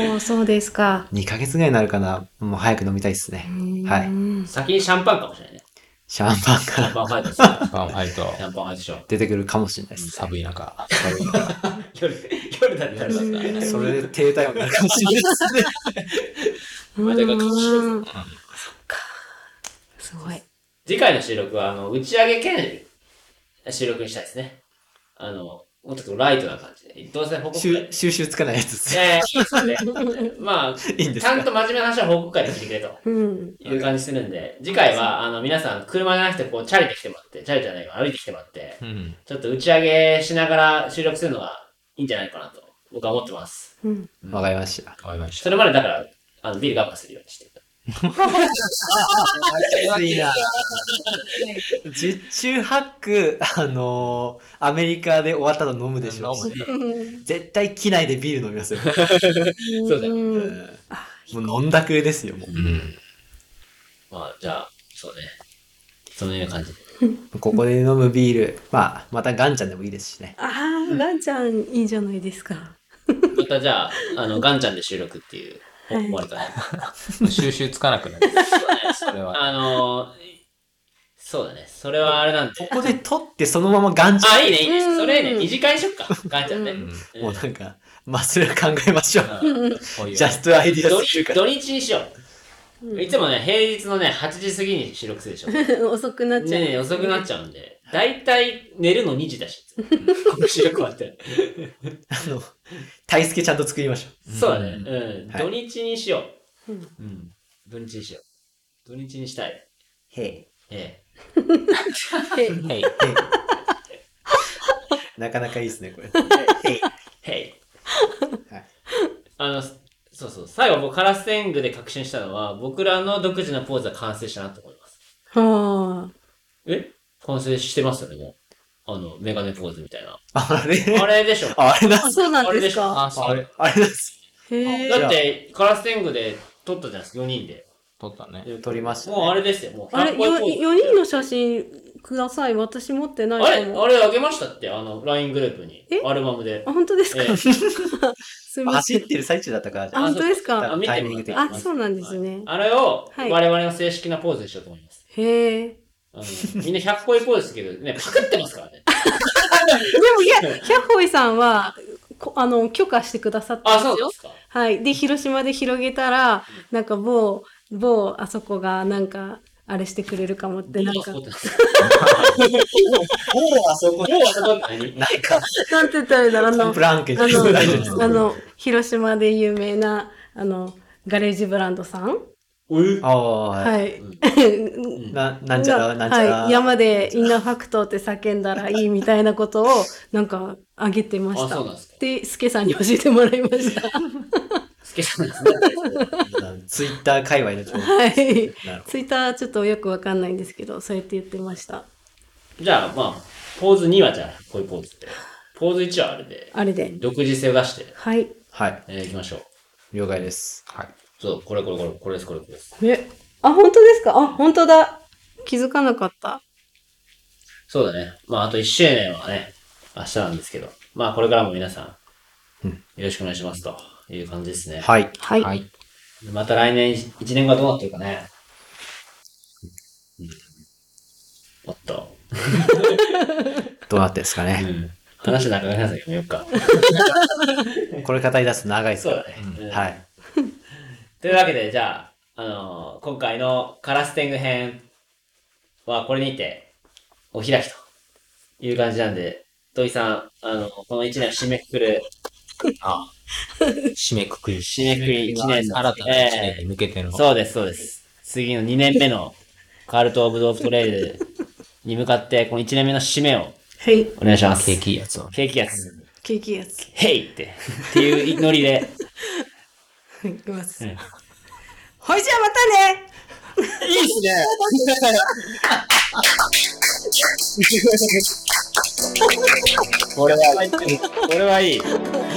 Speaker 20: おお、そうですか。
Speaker 14: 2ヶ月ぐらいになるかな。もう早く飲みたいですね。はい。
Speaker 2: 先にシャンパンかもしれないね。
Speaker 14: シャンパン
Speaker 2: シャンパンファイトです
Speaker 14: か
Speaker 2: よ
Speaker 14: ら。シャンパンファイト。
Speaker 2: シャンパンファイトでしょ。
Speaker 14: 出てくるかもしれないです。寒い中。寒い中。
Speaker 2: 夜、夜だったらなんか。
Speaker 14: それで低体温になるかもしれないですね。
Speaker 2: 前田君隠してる
Speaker 20: そっか。すごい。
Speaker 2: 次回の収録は、あの、打ち上げ兼収録にしたいですね。あの、もうちょっとライトな感じで。どうせ報告会。
Speaker 14: 収収集つかないやつです
Speaker 2: いやいや、いいですね。まあ、
Speaker 14: いいんです
Speaker 2: ち
Speaker 14: か
Speaker 2: ゃんと真面目な話は報告会で聞いてくれと。
Speaker 20: うん。
Speaker 2: いう感じするんで、次回は、あの、皆さん、車じゃなくて、こう、チャリで来てもらって、チャリじゃないか、歩いてきてもらって、
Speaker 14: うん。
Speaker 2: ちょっと打ち上げしながら収録するのがいいんじゃないかなと、僕は思ってます。
Speaker 20: うん。
Speaker 14: わかりました。わかりま
Speaker 2: それまで、だから、あの、ビール我慢するようにして。
Speaker 14: 暑いな。十中八九、あのーアメリカで終わったと飲むでしょうし。絶対機内でビール飲みますよ。
Speaker 2: そうだよ。
Speaker 14: もう飲んだくれですよ、もう。
Speaker 2: まあ、じゃあ、そうね。そのような感じで。
Speaker 14: ここで飲むビール、まあ、またガンちゃんでもいいですしね。
Speaker 19: ああ、ランちゃんいいじゃないですか。
Speaker 2: またじゃあ、 あの、ガンちゃんで収録っていう、終わりかな。
Speaker 18: 収集つかなくなる。それは。
Speaker 2: あのー、そうだね。それはあれなんで。こ
Speaker 14: こで取ってそのままガンちゃん。
Speaker 2: あ、いいね、いいね。それいいね。
Speaker 14: うん
Speaker 2: 二次会しよっか。ガンちゃんね。
Speaker 14: もうなんか、まっすぐ考えましょ
Speaker 2: う
Speaker 14: う。
Speaker 2: こういう
Speaker 14: ジャストアイディア
Speaker 2: 土
Speaker 14: する
Speaker 2: 日
Speaker 14: か
Speaker 2: 土
Speaker 14: ら。
Speaker 2: 日にしよう。いつもね、平日のね、8時過ぎに収録するでし ょ。
Speaker 20: 遅くなっちゃう。
Speaker 2: ねえ、遅くなっちゃうんで。だいたい寝るの2時だし。この収録終わって。
Speaker 14: あの、タイスケちゃんと作りましょう。
Speaker 2: そうだね。うん。
Speaker 14: はい
Speaker 2: 土日にしよう。
Speaker 20: うん
Speaker 2: うん。土日にしよう。土日にしたい。
Speaker 14: へえ。
Speaker 2: え
Speaker 20: へ
Speaker 14: い。 へい。なかなかいいですね、これ。へい。
Speaker 2: へい。あの、そうそう。最後、僕、カラス天狗で確信したのは、僕らの独自のポーズは完成したなと思います。
Speaker 20: はあ。
Speaker 2: え完成してますよね、もう。あの、メガネポーズみたいな。
Speaker 14: あれ
Speaker 2: あれでしょ。
Speaker 14: あれだ
Speaker 20: あそうなんですか
Speaker 2: あれでしょ。あ、そう。
Speaker 14: あれです。
Speaker 20: へえ。
Speaker 2: だって、カラス天狗で撮ったじゃないですか、4人で。
Speaker 14: 撮ったね。撮りましたね。
Speaker 2: もうあれですよ、もう。
Speaker 20: あれ、
Speaker 2: かっこいいポーズ
Speaker 20: よ四人の写真ください。私持ってない
Speaker 2: あ
Speaker 20: か
Speaker 2: れ、
Speaker 20: も。
Speaker 2: あれあげましたって、あの、LINE グループに。アルバムで。
Speaker 20: あ本当ですか、
Speaker 2: え え
Speaker 20: すみませ
Speaker 14: 走
Speaker 20: ん
Speaker 14: っ。てる最中だったからじゃ
Speaker 20: あ、
Speaker 14: ん、
Speaker 20: 本当です
Speaker 14: あ
Speaker 20: か
Speaker 14: 見てもらったタイミング的に
Speaker 20: あ、そうなんですね。
Speaker 2: あれを、
Speaker 20: は
Speaker 2: 我
Speaker 20: い
Speaker 2: 々の正式なポーズにしようと思います。
Speaker 20: へえ。
Speaker 2: あのみんな100個いポーズですけど、ね、パクってますからね。
Speaker 20: でも、いや、ヒャッホイさんは、こあの、許可してくださったんですよ。はい。で、広島で広げたら、なんか某、某、あそこが、なんか、あれしてくれるかもって、なんか、
Speaker 14: もうあそこ
Speaker 2: もうあそこ何
Speaker 14: ないか。
Speaker 20: なんて言ったらいいんだろう、あの、
Speaker 14: ブランケット
Speaker 20: あ
Speaker 14: 大丈夫です
Speaker 20: の、あの、広島で有名な、あの、ガレージブランドさん
Speaker 14: ああ、。
Speaker 20: はいい。
Speaker 14: な、なんちゃら、なんちゃら。
Speaker 20: はい、山でインナーファクトって叫んだらいいみたいなことをなんかあげてました。
Speaker 2: あそうなんです
Speaker 20: で、スケさんに教えてもらいました。
Speaker 2: スケさんですね。
Speaker 14: ツイッター界隈の情報。
Speaker 20: はい。
Speaker 14: なるほ
Speaker 20: ツイッターちょっとよくわかんないんですけど、そうやって言ってました。
Speaker 2: じゃあ、まあ、ポーズ2はじゃあ、こういうポーズって。ポーズ1はあれで、
Speaker 20: あれで。
Speaker 2: 独自性を出して、
Speaker 20: はい。
Speaker 14: はい。
Speaker 2: えー、いきましょう。
Speaker 14: 了解です。はい。
Speaker 2: そう、これこれこれ、これです、これこれです。
Speaker 20: え、あ、本当ですかあ、本当だ。気づかなかった。
Speaker 2: そうだね。まあ、あと1周年はね、明日なんですけど、まあ、これからも皆さん、よろしくお願いしますという感じですね。
Speaker 14: はい。
Speaker 20: はい
Speaker 14: はい。
Speaker 2: また来年、1年後はどうなってるかね。うん、おっと。
Speaker 14: どうなってんですかね。
Speaker 2: 話なんか皆さんやめようか。
Speaker 14: これ語り出すと長いですからね。
Speaker 2: そうだね
Speaker 14: うんはい。
Speaker 2: というわけで、じゃあ、あのー今回のカラステング編はこれにてお開きという感じなんで、土井さん、あの、この1年を締めくくる、
Speaker 14: 締めくくり。
Speaker 2: 締めくり1年の
Speaker 14: 新たな1年に向けての
Speaker 2: ええそうです、そうです。次の2年目のカルト・オブ・ドープ・トレイルに向かって、この1年目の締めを
Speaker 20: はい。
Speaker 2: お願いします。
Speaker 14: 景気いいやつを。
Speaker 2: ケーキやつ、
Speaker 20: ケーキやつ。
Speaker 2: ヘイって、っていうノリで。
Speaker 20: いきます。
Speaker 2: うん
Speaker 20: ほ いじゃあまたね
Speaker 2: いいっ すねこれは、これはいい。